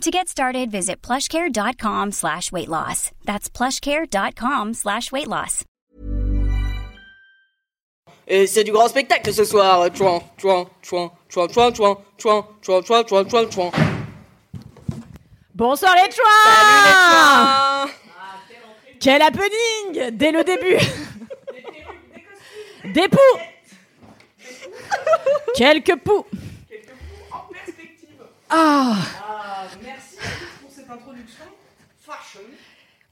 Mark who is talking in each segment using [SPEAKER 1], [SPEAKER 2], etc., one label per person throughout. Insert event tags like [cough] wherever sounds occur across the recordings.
[SPEAKER 1] To get started, visit plushcare.com slash weight loss. That's plushcare.com slash weight loss.
[SPEAKER 2] Et c'est du grand spectacle ce soir. Chouan, chouan, chouan, chouan, chouan, chouan, chouan, chouan, chouan, chouan, chouan, chouan.
[SPEAKER 3] Bonsoir les chouans
[SPEAKER 2] Ah,
[SPEAKER 3] Quel happening Dès le début Des poux Quelques poux Ah
[SPEAKER 4] Merci pour cette introduction. Fashion.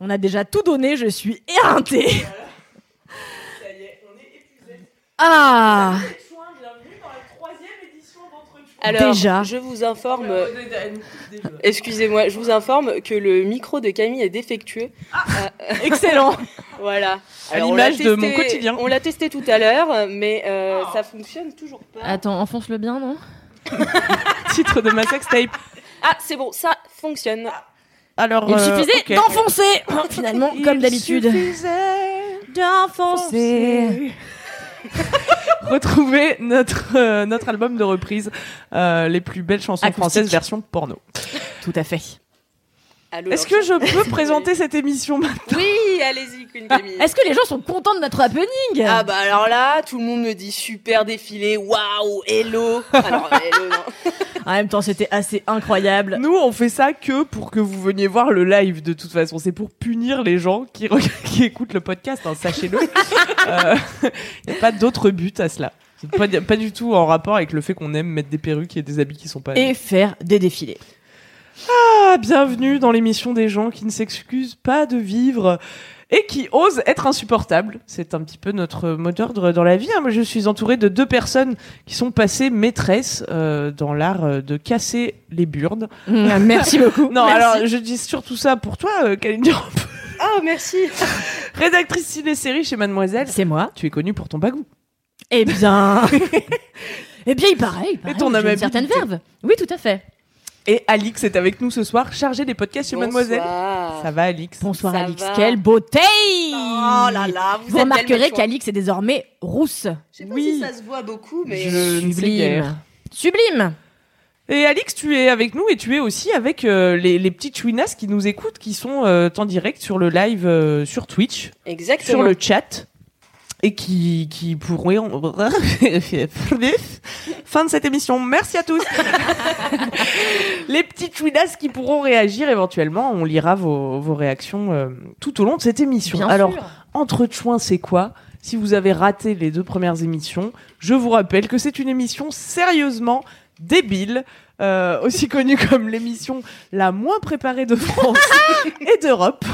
[SPEAKER 3] On a déjà tout donné, je suis éreintée
[SPEAKER 4] Ça y est, on est épuisé.
[SPEAKER 3] Ah
[SPEAKER 4] Chouin, bienvenue dans la troisième édition d'Entre Chouin.
[SPEAKER 2] Alors,
[SPEAKER 3] Déjà.
[SPEAKER 2] je vous informe,
[SPEAKER 3] Euh,
[SPEAKER 4] Euh,
[SPEAKER 2] excusez-moi, je vous informe que le micro de Camille est défectueux.
[SPEAKER 3] Excellent
[SPEAKER 2] Voilà.
[SPEAKER 5] À
[SPEAKER 2] Alors, on
[SPEAKER 5] l'image
[SPEAKER 2] l'a
[SPEAKER 5] de
[SPEAKER 2] testé-
[SPEAKER 5] mon quotidien.
[SPEAKER 2] On l'a testé tout à l'heure, mais euh, ça fonctionne toujours pas.
[SPEAKER 5] Ah.
[SPEAKER 6] Attends, enfonce-le bien, non
[SPEAKER 5] [laughs] Titre de ma sextape.
[SPEAKER 2] Ah, c'est bon, ça fonctionne.
[SPEAKER 5] Alors,
[SPEAKER 3] Il
[SPEAKER 5] euh,
[SPEAKER 3] suffisait
[SPEAKER 5] ok.
[SPEAKER 3] d'enfoncer Finalement, comme
[SPEAKER 5] Il
[SPEAKER 3] d'habitude.
[SPEAKER 5] suffisait
[SPEAKER 3] D'enfoncer [laughs]
[SPEAKER 5] Retrouvez notre, euh, notre album de reprise, euh, les plus belles chansons
[SPEAKER 3] Acoustique.
[SPEAKER 5] françaises version porno.
[SPEAKER 3] Tout à fait.
[SPEAKER 2] Allô,
[SPEAKER 5] Est-ce
[SPEAKER 2] alors,
[SPEAKER 5] que je peux présenter cette émission maintenant
[SPEAKER 2] Oui, allez-y, Queen
[SPEAKER 5] Ah,
[SPEAKER 2] Camille.
[SPEAKER 3] Est-ce que les gens sont contents de notre happening
[SPEAKER 2] Ah bah alors là, tout le monde me dit super défilé, waouh, [laughs] hello. Alors hello, non.
[SPEAKER 3] En même temps, c'était assez incroyable.
[SPEAKER 5] Nous, on fait ça que pour que vous veniez voir le live, de toute façon. C'est pour punir les gens qui, re- [laughs] qui écoutent le podcast, hein, sachez-le. [laughs] Il n'y a pas d'autre but à cela. C'est pas, du- pas du tout en rapport avec le fait qu'on aime mettre des perruques et des habits qui sont pas...
[SPEAKER 3] Et faire des défilés.
[SPEAKER 5] Ah, bienvenue dans l'émission des gens qui ne s'excusent pas de vivre et qui osent être insupportables. C'est un petit peu notre mot d'ordre dans la vie. hein. Moi, je suis entourée de deux personnes qui sont passées maîtresses euh, dans l'art euh, de casser les burdes.
[SPEAKER 3] merci beaucoup.
[SPEAKER 5] Non, alors je dis surtout ça pour toi, euh, Kalindi Rampe,
[SPEAKER 2] Ah, merci.
[SPEAKER 5] [laughs] rédactrice ciné-série chez Mademoiselle.
[SPEAKER 3] c'est moi.
[SPEAKER 5] Tu es connue pour ton bagou.
[SPEAKER 3] Eh bien. [laughs] eh bien, il paraît. Il paraît
[SPEAKER 5] ton
[SPEAKER 3] j'ai
[SPEAKER 5] amabilité.
[SPEAKER 6] Une certaine verve. Oui, tout à fait.
[SPEAKER 5] Et Alix est avec nous ce soir, chargée des podcasts chez Mademoiselle.
[SPEAKER 2] Bonsoir.
[SPEAKER 5] Ça va, Alix
[SPEAKER 3] Bonsoir,
[SPEAKER 2] Ça
[SPEAKER 3] Alix.
[SPEAKER 2] va.
[SPEAKER 3] Quelle beauté
[SPEAKER 2] Oh là là, vous,
[SPEAKER 3] Vous
[SPEAKER 2] êtes
[SPEAKER 3] remarquerez
[SPEAKER 2] tellement chouin.
[SPEAKER 3] qu'Alix est désormais rousse.
[SPEAKER 2] Je sais pas
[SPEAKER 5] Oui.
[SPEAKER 2] si ça se voit beaucoup, mais
[SPEAKER 5] Je ne sais guère.
[SPEAKER 3] Sublime. Sublime
[SPEAKER 5] Et Alix, tu es avec nous et tu es aussi avec euh, les, les petites chouinasses qui nous écoutent, qui sont euh, en direct sur le live euh, sur Twitch,
[SPEAKER 2] exactement.
[SPEAKER 5] sur le chat, et qui, qui pourront... [laughs] fin de cette émission, merci
[SPEAKER 6] [laughs]
[SPEAKER 5] à tous Les petites chouinasses qui pourront réagir éventuellement, on lira vos, vos réactions euh, tout au long de cette émission.
[SPEAKER 6] Bien
[SPEAKER 5] Alors,
[SPEAKER 6] sûr.
[SPEAKER 5] entre chouins, c'est quoi Si vous avez raté les deux premières émissions, je vous rappelle que c'est une émission sérieusement débile, euh, aussi connue comme l'émission la moins préparée de France et d'Europe.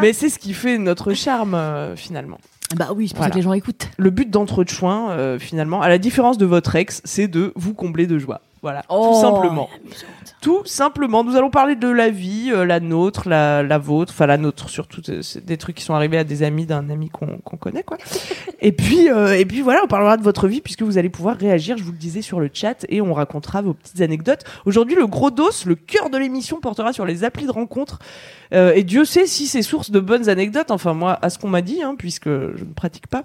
[SPEAKER 5] Mais c'est ce qui fait notre charme euh, finalement.
[SPEAKER 3] Bah oui, c'est pour
[SPEAKER 5] Voilà.
[SPEAKER 3] ça que les gens écoutent.
[SPEAKER 5] Le but d'entre chouins, euh, finalement, à la différence de votre ex, c'est de vous combler de joie. Voilà, tout simplement. Tout simplement, nous allons parler de la vie, euh, la nôtre, la, la vôtre, enfin la nôtre surtout, euh, c'est des trucs qui sont arrivés à des amis d'un ami qu'on qu'on connaît quoi. et puis euh, et puis voilà, on parlera de votre vie puisque vous allez pouvoir réagir, je vous le disais sur le chat et on racontera vos petites anecdotes. Aujourd'hui, le gros dos, le cœur de l'émission portera sur les applis de rencontres Euh, et Dieu sait si c'est source de bonnes anecdotes. Enfin moi, à ce qu'on m'a dit, hein, puisque je ne pratique pas.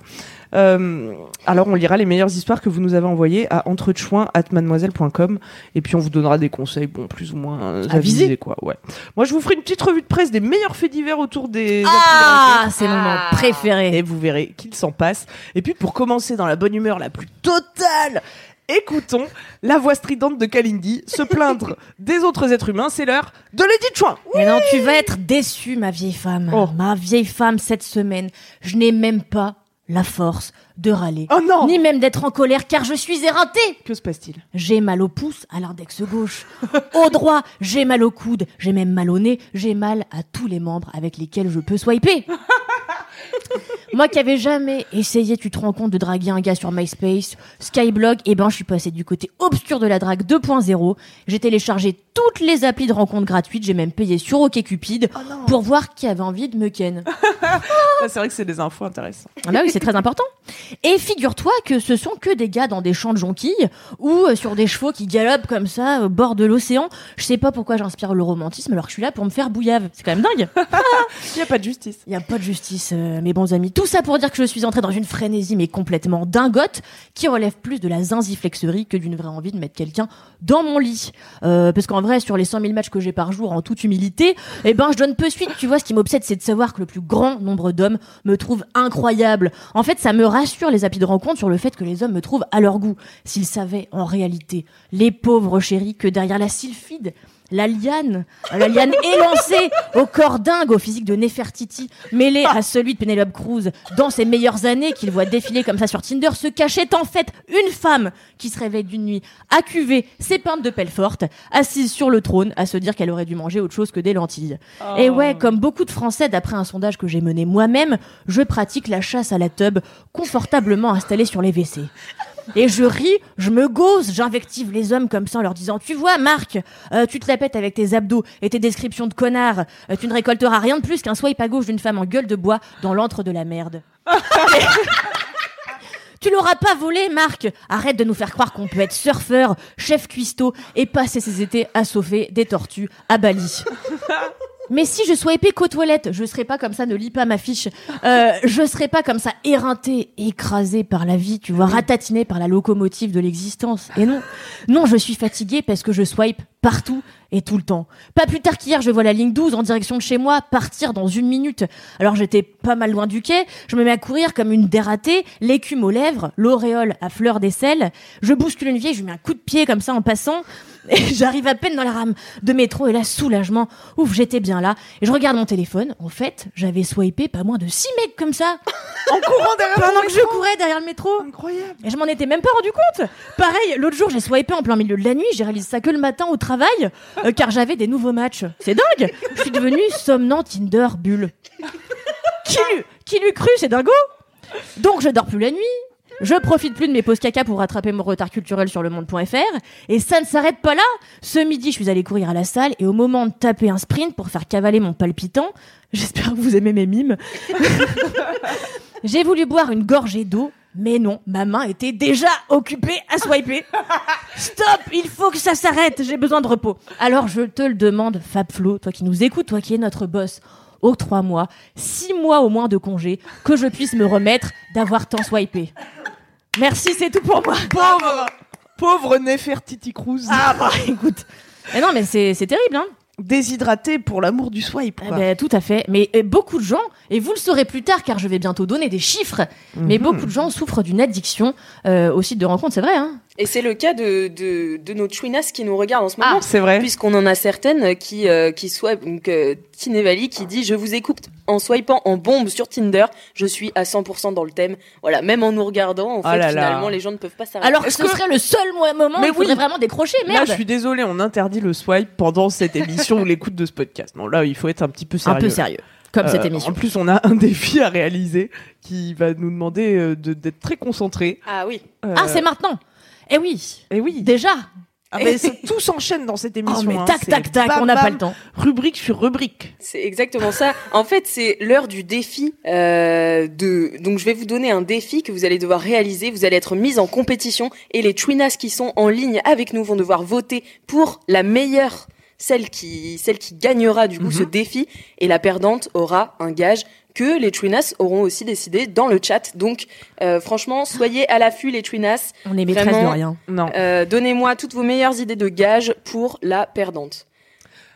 [SPEAKER 5] Euh, alors on lira les meilleures histoires que vous nous avez envoyées à entrechouin@mademoiselle.com et puis on vous donnera des conseils, bon, plus ou moins euh,
[SPEAKER 3] Avisés.
[SPEAKER 5] avisés, quoi. Ouais. Moi, je vous ferai une petite revue de presse des meilleurs faits divers autour des.
[SPEAKER 3] Ah, c'est mon moment
[SPEAKER 2] Ah.
[SPEAKER 3] préféré.
[SPEAKER 5] Et vous verrez qu'il s'en passe. Et puis, pour commencer dans la bonne humeur la plus totale, écoutons la voix stridente de Kalindi se
[SPEAKER 3] [laughs]
[SPEAKER 5] plaindre des autres êtres humains. C'est l'heure de Lady Chouin.
[SPEAKER 3] Mais non, tu vas être déçue, ma vieille femme.
[SPEAKER 5] Oh.
[SPEAKER 3] Ma vieille femme, cette semaine, je n'ai même pas la force de râler.
[SPEAKER 5] Oh non
[SPEAKER 3] Ni même d'être en colère, car je suis éreintée.
[SPEAKER 5] Que se passe-t-il
[SPEAKER 3] J'ai mal au pouce, à l'index gauche. [laughs] Au droit, j'ai mal au coude, j'ai même mal au nez, j'ai mal à tous les membres avec lesquels je peux swiper. Moi qui avais jamais essayé, tu te rends compte, de draguer un gars sur MySpace, Skyblog, eh ben je suis passée du côté obscur de la drague 2.0. J'ai téléchargé toutes les applis de rencontres gratuites. J'ai même payé sur OkCupid pour voir qui avait envie de me ken. Bah,
[SPEAKER 5] Ça, c'est vrai que c'est des infos intéressantes.
[SPEAKER 3] Ah bah oui, c'est très important. Et figure-toi que ce sont que des gars dans des champs de jonquilles ou euh, sur des chevaux qui galopent comme ça euh, au bord de l'océan. Je sais pas pourquoi j'inspire le romantisme alors que je suis là pour me faire bouillave. C'est quand même dingue.
[SPEAKER 5] [laughs] Il n'y a pas de justice.
[SPEAKER 3] Il n'y a pas de justice, euh, mes bons amis. Tout ça pour dire que je suis entrée dans une frénésie, mais complètement dingote, qui relève plus de la zinziflexerie que d'une vraie envie de mettre quelqu'un dans mon lit. Euh, parce qu'en vrai, sur les 100 000 matchs que j'ai par jour, en toute humilité, eh ben, je donne peu suite. Tu vois, ce qui m'obsède, c'est de savoir que le plus grand nombre d'hommes me trouvent incroyable. En fait, ça me rassure les applis de rencontre sur le fait que les hommes me trouvent à leur goût. S'ils savaient, en réalité, les pauvres chéris, que derrière la sylphide, la liane, la liane élancée au corps dingue, au physique de Nefertiti, mêlée à celui de Penelope Cruz, dans ses meilleures années, qu'il voit défiler comme ça sur Tinder, se cachait en fait une femme qui se réveille d'une nuit accuvée, ses pintes de pelle forte, assise sur le trône, à se dire qu'elle aurait dû manger autre chose que des lentilles. Et
[SPEAKER 5] Oh.
[SPEAKER 3] ouais, comme beaucoup de Français, d'après un sondage que j'ai mené moi-même, je pratique la chasse à la tub, confortablement installée sur les WC. Et je ris, je me gauze, j'invective les hommes comme ça en leur disant Tu vois, Marc, euh, tu te la pètes avec tes abdos et tes descriptions de connard. Euh, tu ne récolteras rien de plus qu'un swipe à gauche d'une femme en gueule de bois dans l'antre de la merde. Tu l'auras pas volé, Marc Arrête de nous faire croire qu'on peut être surfeur, chef cuistot et passer ses étés à sauver des tortues à Bali. Mais si je sois épée qu'aux toilettes, je serais pas comme ça, ne lis pas ma fiche. Euh, je serais pas comme ça, éreinté, écrasé par la vie, tu vois, ratatiné par la locomotive de l'existence. Et non, non, je suis fatiguée parce que je swipe partout et tout le temps. Pas plus tard qu'hier, je vois la ligne 12 en direction de chez moi partir dans une minute. Alors j'étais pas mal loin du quai, je me mets à courir comme une dératée, l'écume aux lèvres, l'auréole à fleur d'aisselle. Je bouscule une vieille, je lui mets un coup de pied comme ça en passant. Et [laughs] j'arrive à peine dans la rame de métro et là, soulagement, ouf, j'étais bien là. Et je regarde mon téléphone. En fait, j'avais swipé pas moins de 6 mecs comme [laughs] ça
[SPEAKER 5] En courant derrière
[SPEAKER 3] pendant que je courais derrière le métro.
[SPEAKER 5] Incroyable.
[SPEAKER 3] Et je m'en étais même pas rendu compte. Pareil, l'autre jour, j'ai swipé en plein milieu de la nuit, j'ai réalisé ça que le matin au travail, euh, car j'avais des nouveaux matchs. C'est dingue Je suis devenue somnant Tinder bulle. Qui l'eût qui l'eût cru, c'est dingo Donc je dors plus la nuit, je profite plus de mes pauses caca pour rattraper mon retard culturel sur le monde.fr. Et ça ne s'arrête pas là. Ce midi, je suis allée courir à la salle et au moment de taper un sprint pour faire cavaler mon palpitant, j'espère que vous aimez mes mimes, j'ai voulu boire une gorgée d'eau. Mais non, ma main était déjà occupée à swiper. Stop, il faut que ça s'arrête, j'ai besoin de repos. Alors je te le demande, Fab Flo, toi qui nous écoutes, toi qui es notre boss, aux trois mois, six mois au moins de congé, que je puisse me remettre d'avoir tant swipé. Merci, c'est tout pour moi.
[SPEAKER 5] Pauvre Pauvre Nefertiti Cruz.
[SPEAKER 3] Ah bah écoute. Mais non, mais c'est c'est terrible, hein.
[SPEAKER 5] Déshydratée pour l'amour du swipe.
[SPEAKER 3] Eh
[SPEAKER 5] quoi.
[SPEAKER 3] ben, tout à fait. Mais euh, beaucoup de gens, et vous le saurez plus tard car je vais bientôt donner des chiffres, mais beaucoup de gens souffrent d'une addiction euh, au site de rencontre, c'est vrai, hein.
[SPEAKER 2] Et c'est le cas de, de, de nos chouinas qui nous regardent en ce moment.
[SPEAKER 5] c'est vrai.
[SPEAKER 2] Puisqu'on en a certaines qui, euh, qui swipent, donc euh, Tinevali qui dit Je vous écoute en swipant en bombe sur Tinder, je suis à 100% dans le thème. Voilà, même en nous regardant, en
[SPEAKER 5] Oh
[SPEAKER 2] fait,
[SPEAKER 5] là là.
[SPEAKER 2] finalement, les gens ne peuvent pas s'arrêter.
[SPEAKER 3] Alors que
[SPEAKER 5] Euh, Est-ce
[SPEAKER 3] ce
[SPEAKER 5] que-
[SPEAKER 3] serait le seul mo- moment où
[SPEAKER 5] Mais
[SPEAKER 3] il faudrait
[SPEAKER 5] oui.
[SPEAKER 3] vraiment décrocher,
[SPEAKER 5] Là,
[SPEAKER 3] merde.
[SPEAKER 5] je suis désolé, on interdit le swipe pendant cette émission ou l'écoute de ce podcast. Non, là, il faut être un petit peu sérieux.
[SPEAKER 3] Un peu sérieux, comme cette
[SPEAKER 5] Euh,
[SPEAKER 3] émission.
[SPEAKER 5] En plus, on a un défi à réaliser qui va nous demander euh, de- d'être très concentrés.
[SPEAKER 2] Ah oui.
[SPEAKER 5] Euh,
[SPEAKER 3] Ah, c'est maintenant. Eh oui,
[SPEAKER 5] Eh oui.
[SPEAKER 3] déjà.
[SPEAKER 5] Ah, mais c'est- tout s'enchaîne dans cette
[SPEAKER 3] Oh
[SPEAKER 5] émission.
[SPEAKER 3] mais
[SPEAKER 5] hein.
[SPEAKER 3] tac
[SPEAKER 5] C'est
[SPEAKER 3] tac tac,
[SPEAKER 5] bam,
[SPEAKER 3] on n'a pas
[SPEAKER 5] bam,
[SPEAKER 3] le temps.
[SPEAKER 5] Rubrique sur rubrique.
[SPEAKER 2] C'est exactement ça. En fait, c'est l'heure du défi. euh, de donc, je vais vous donner un défi que vous allez devoir réaliser. Vous allez être mis en compétition et les Twinas qui sont en ligne avec nous vont devoir voter pour la meilleure, celle qui celle qui gagnera du coup ce défi et la perdante aura un gage que les Twinas auront aussi décidé dans le chat. Donc, euh, franchement, soyez à l'affût les Twinas.
[SPEAKER 3] On est maîtresse
[SPEAKER 2] Vraiment.
[SPEAKER 3] de rien.
[SPEAKER 5] Non.
[SPEAKER 2] Euh, Donnez-moi toutes vos meilleures idées de gages pour la perdante.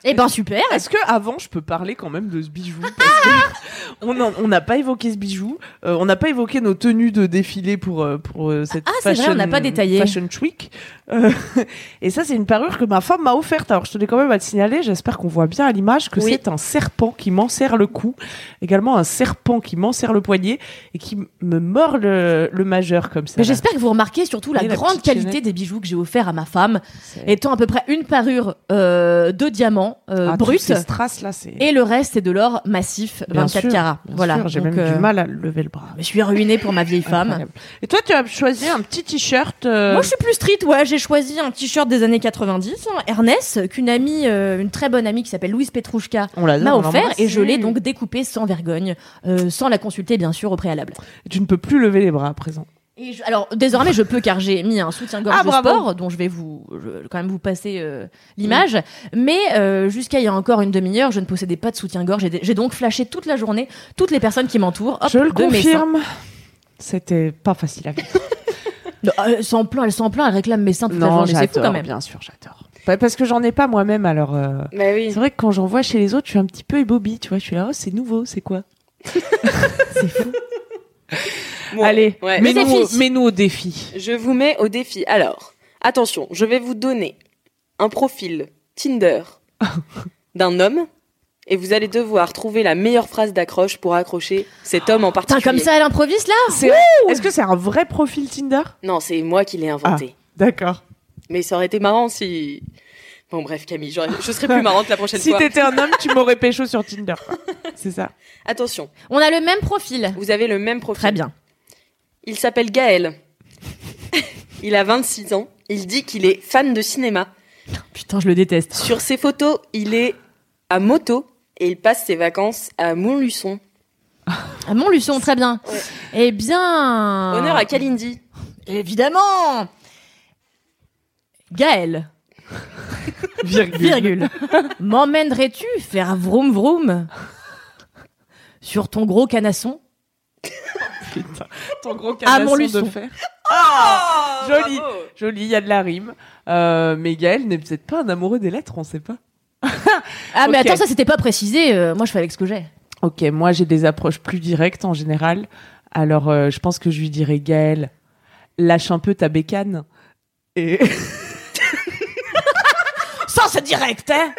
[SPEAKER 3] Eh ben super.
[SPEAKER 5] Est-ce que avant je peux parler quand même de ce bijou Parce que [laughs] On en- on n'a pas évoqué ce bijou. euh, on n'a pas évoqué nos tenues de défilé pour euh, pour euh, cette
[SPEAKER 3] Ah, c'est vrai,
[SPEAKER 5] fashion,
[SPEAKER 3] on n'a pas détaillé.
[SPEAKER 5] fashion week. Euh, [laughs] et ça c'est une parure que ma femme m'a offerte. Alors je tenais quand même à te signaler. J'espère qu'on voit bien à l'image que
[SPEAKER 2] Oui.
[SPEAKER 5] c'est un serpent qui m'enserre le cou, également un serpent qui m'enserre le poignet et qui m- me mord le, le majeur comme ça.
[SPEAKER 3] Mais
[SPEAKER 5] là.
[SPEAKER 3] j'espère que vous remarquez surtout la
[SPEAKER 5] Et la
[SPEAKER 3] grande
[SPEAKER 5] petite
[SPEAKER 3] qualité
[SPEAKER 5] chaînette.
[SPEAKER 3] des bijoux que j'ai offert à ma femme,
[SPEAKER 5] C'est-
[SPEAKER 3] étant à peu près une parure euh, de diamant, diamants euh,
[SPEAKER 5] Ah,
[SPEAKER 3] bruts.
[SPEAKER 5] toutes Ces strass là, c'est.
[SPEAKER 3] Et le reste, c'est de l'or massif,
[SPEAKER 5] Bien
[SPEAKER 3] 24
[SPEAKER 5] sûr,
[SPEAKER 3] carats.
[SPEAKER 5] Bien
[SPEAKER 3] Voilà.
[SPEAKER 5] sûr, J'ai
[SPEAKER 3] Donc,
[SPEAKER 5] même
[SPEAKER 3] euh,
[SPEAKER 5] du mal à lever le bras.
[SPEAKER 3] Je suis ruinée pour ma vieille
[SPEAKER 5] [laughs]
[SPEAKER 3] femme.
[SPEAKER 5] Incroyable. Et toi, tu as choisi un petit t-shirt. euh,
[SPEAKER 3] Moi, je suis plus street, ouais. J'ai choisi un t-shirt des années 90, hein, Ernest, qu'une amie, euh, une très bonne amie qui s'appelle Louise Petrouchka
[SPEAKER 5] On l'a
[SPEAKER 3] m'a offert et je l'ai donc découpé sans vergogne, euh, sans la consulter bien sûr au préalable.
[SPEAKER 5] Tu ne peux plus lever les bras à présent.
[SPEAKER 3] Et je- alors désormais je peux car j'ai mis un soutien-gorge
[SPEAKER 5] Ah,
[SPEAKER 3] de
[SPEAKER 5] bravo.
[SPEAKER 3] sport dont je vais vous je- quand même vous passer euh, l'image. Mais euh, jusqu'à il y a encore une demi-heure je ne possédais pas de soutien-gorge. J'ai- J'ai donc flashé toute la journée toutes les personnes qui m'entourent. hop,
[SPEAKER 5] je le
[SPEAKER 3] de mes seins.
[SPEAKER 5] confirme. C'était pas facile à vivre.
[SPEAKER 3] Non, Elle s'en plaint, elle s'en plaint, elle réclame mes seins toute la
[SPEAKER 5] non,
[SPEAKER 3] journée. C'est
[SPEAKER 5] j'adore.
[SPEAKER 3] fou quand même.
[SPEAKER 5] Bien sûr, j'adore. Pas- Parce que j'en ai pas moi-même, alors. euh,
[SPEAKER 2] Bah oui.
[SPEAKER 5] C'est vrai que quand j'en vois chez les autres, je suis un petit peu ébobie, tu vois. Je suis là, oh, c'est nouveau,
[SPEAKER 3] [laughs]
[SPEAKER 5] c'est quoi
[SPEAKER 2] Bon,
[SPEAKER 5] Allez,
[SPEAKER 2] ouais.
[SPEAKER 5] mets-nous
[SPEAKER 3] Le défi.
[SPEAKER 5] au- mets-nous au défi.
[SPEAKER 2] Je vous mets au défi. Alors, attention, je vais vous donner un profil
[SPEAKER 3] [laughs]
[SPEAKER 2] Tinder d'un homme et vous allez devoir trouver la meilleure phrase d'accroche pour accrocher cet homme en
[SPEAKER 3] Putain
[SPEAKER 2] particulier.
[SPEAKER 3] comme ça elle improvise là.
[SPEAKER 5] C'est- Est-ce que c'est un vrai profil Tinder
[SPEAKER 2] Non, c'est moi qui l'ai inventé.
[SPEAKER 3] Ah.
[SPEAKER 5] D'accord.
[SPEAKER 2] Mais ça aurait été marrant si. Bon, bref, Camille, j'aurais- je serais plus marrante la
[SPEAKER 3] [laughs]
[SPEAKER 2] prochaine
[SPEAKER 5] Si
[SPEAKER 2] fois.
[SPEAKER 5] t'étais un homme, tu m'aurais pécho sur Tinder. quoi. C'est ça.
[SPEAKER 2] Attention,
[SPEAKER 3] On a le même profil.
[SPEAKER 2] vous avez le même profil.
[SPEAKER 3] Très bien.
[SPEAKER 2] Il s'appelle Gaël. il a 26 ans. Il dit qu'il est fan de cinéma.
[SPEAKER 3] Putain je le déteste.
[SPEAKER 2] Sur ses photos, il est à moto et il passe ses vacances à Montluçon.
[SPEAKER 3] Ah, mon Luçon très bien.
[SPEAKER 2] Ouais.
[SPEAKER 3] Eh bien.
[SPEAKER 2] Honneur à Kalindi.
[SPEAKER 3] Évidemment Gaël, virgule, m'emmènerais-tu faire vroom vroom sur ton gros canasson
[SPEAKER 5] Putain. Ton gros
[SPEAKER 3] Ah,
[SPEAKER 5] canasson
[SPEAKER 3] mon
[SPEAKER 5] de
[SPEAKER 3] luçon.
[SPEAKER 5] fer.
[SPEAKER 2] Ah,
[SPEAKER 5] joli. Joli, il y a de la rime. Euh, mais Gaël n'est peut-être pas un amoureux des lettres, on sait pas.
[SPEAKER 3] Ah mais
[SPEAKER 5] Ok.
[SPEAKER 3] attends, ça c'était pas précisé, euh, moi je fais avec ce que j'ai.
[SPEAKER 5] Ok, moi j'ai des approches plus directes en général. Alors euh, je pense que je lui dirais Gaël, lâche un peu ta bécane. [laughs] Et,
[SPEAKER 3] Ça c'est direct, hein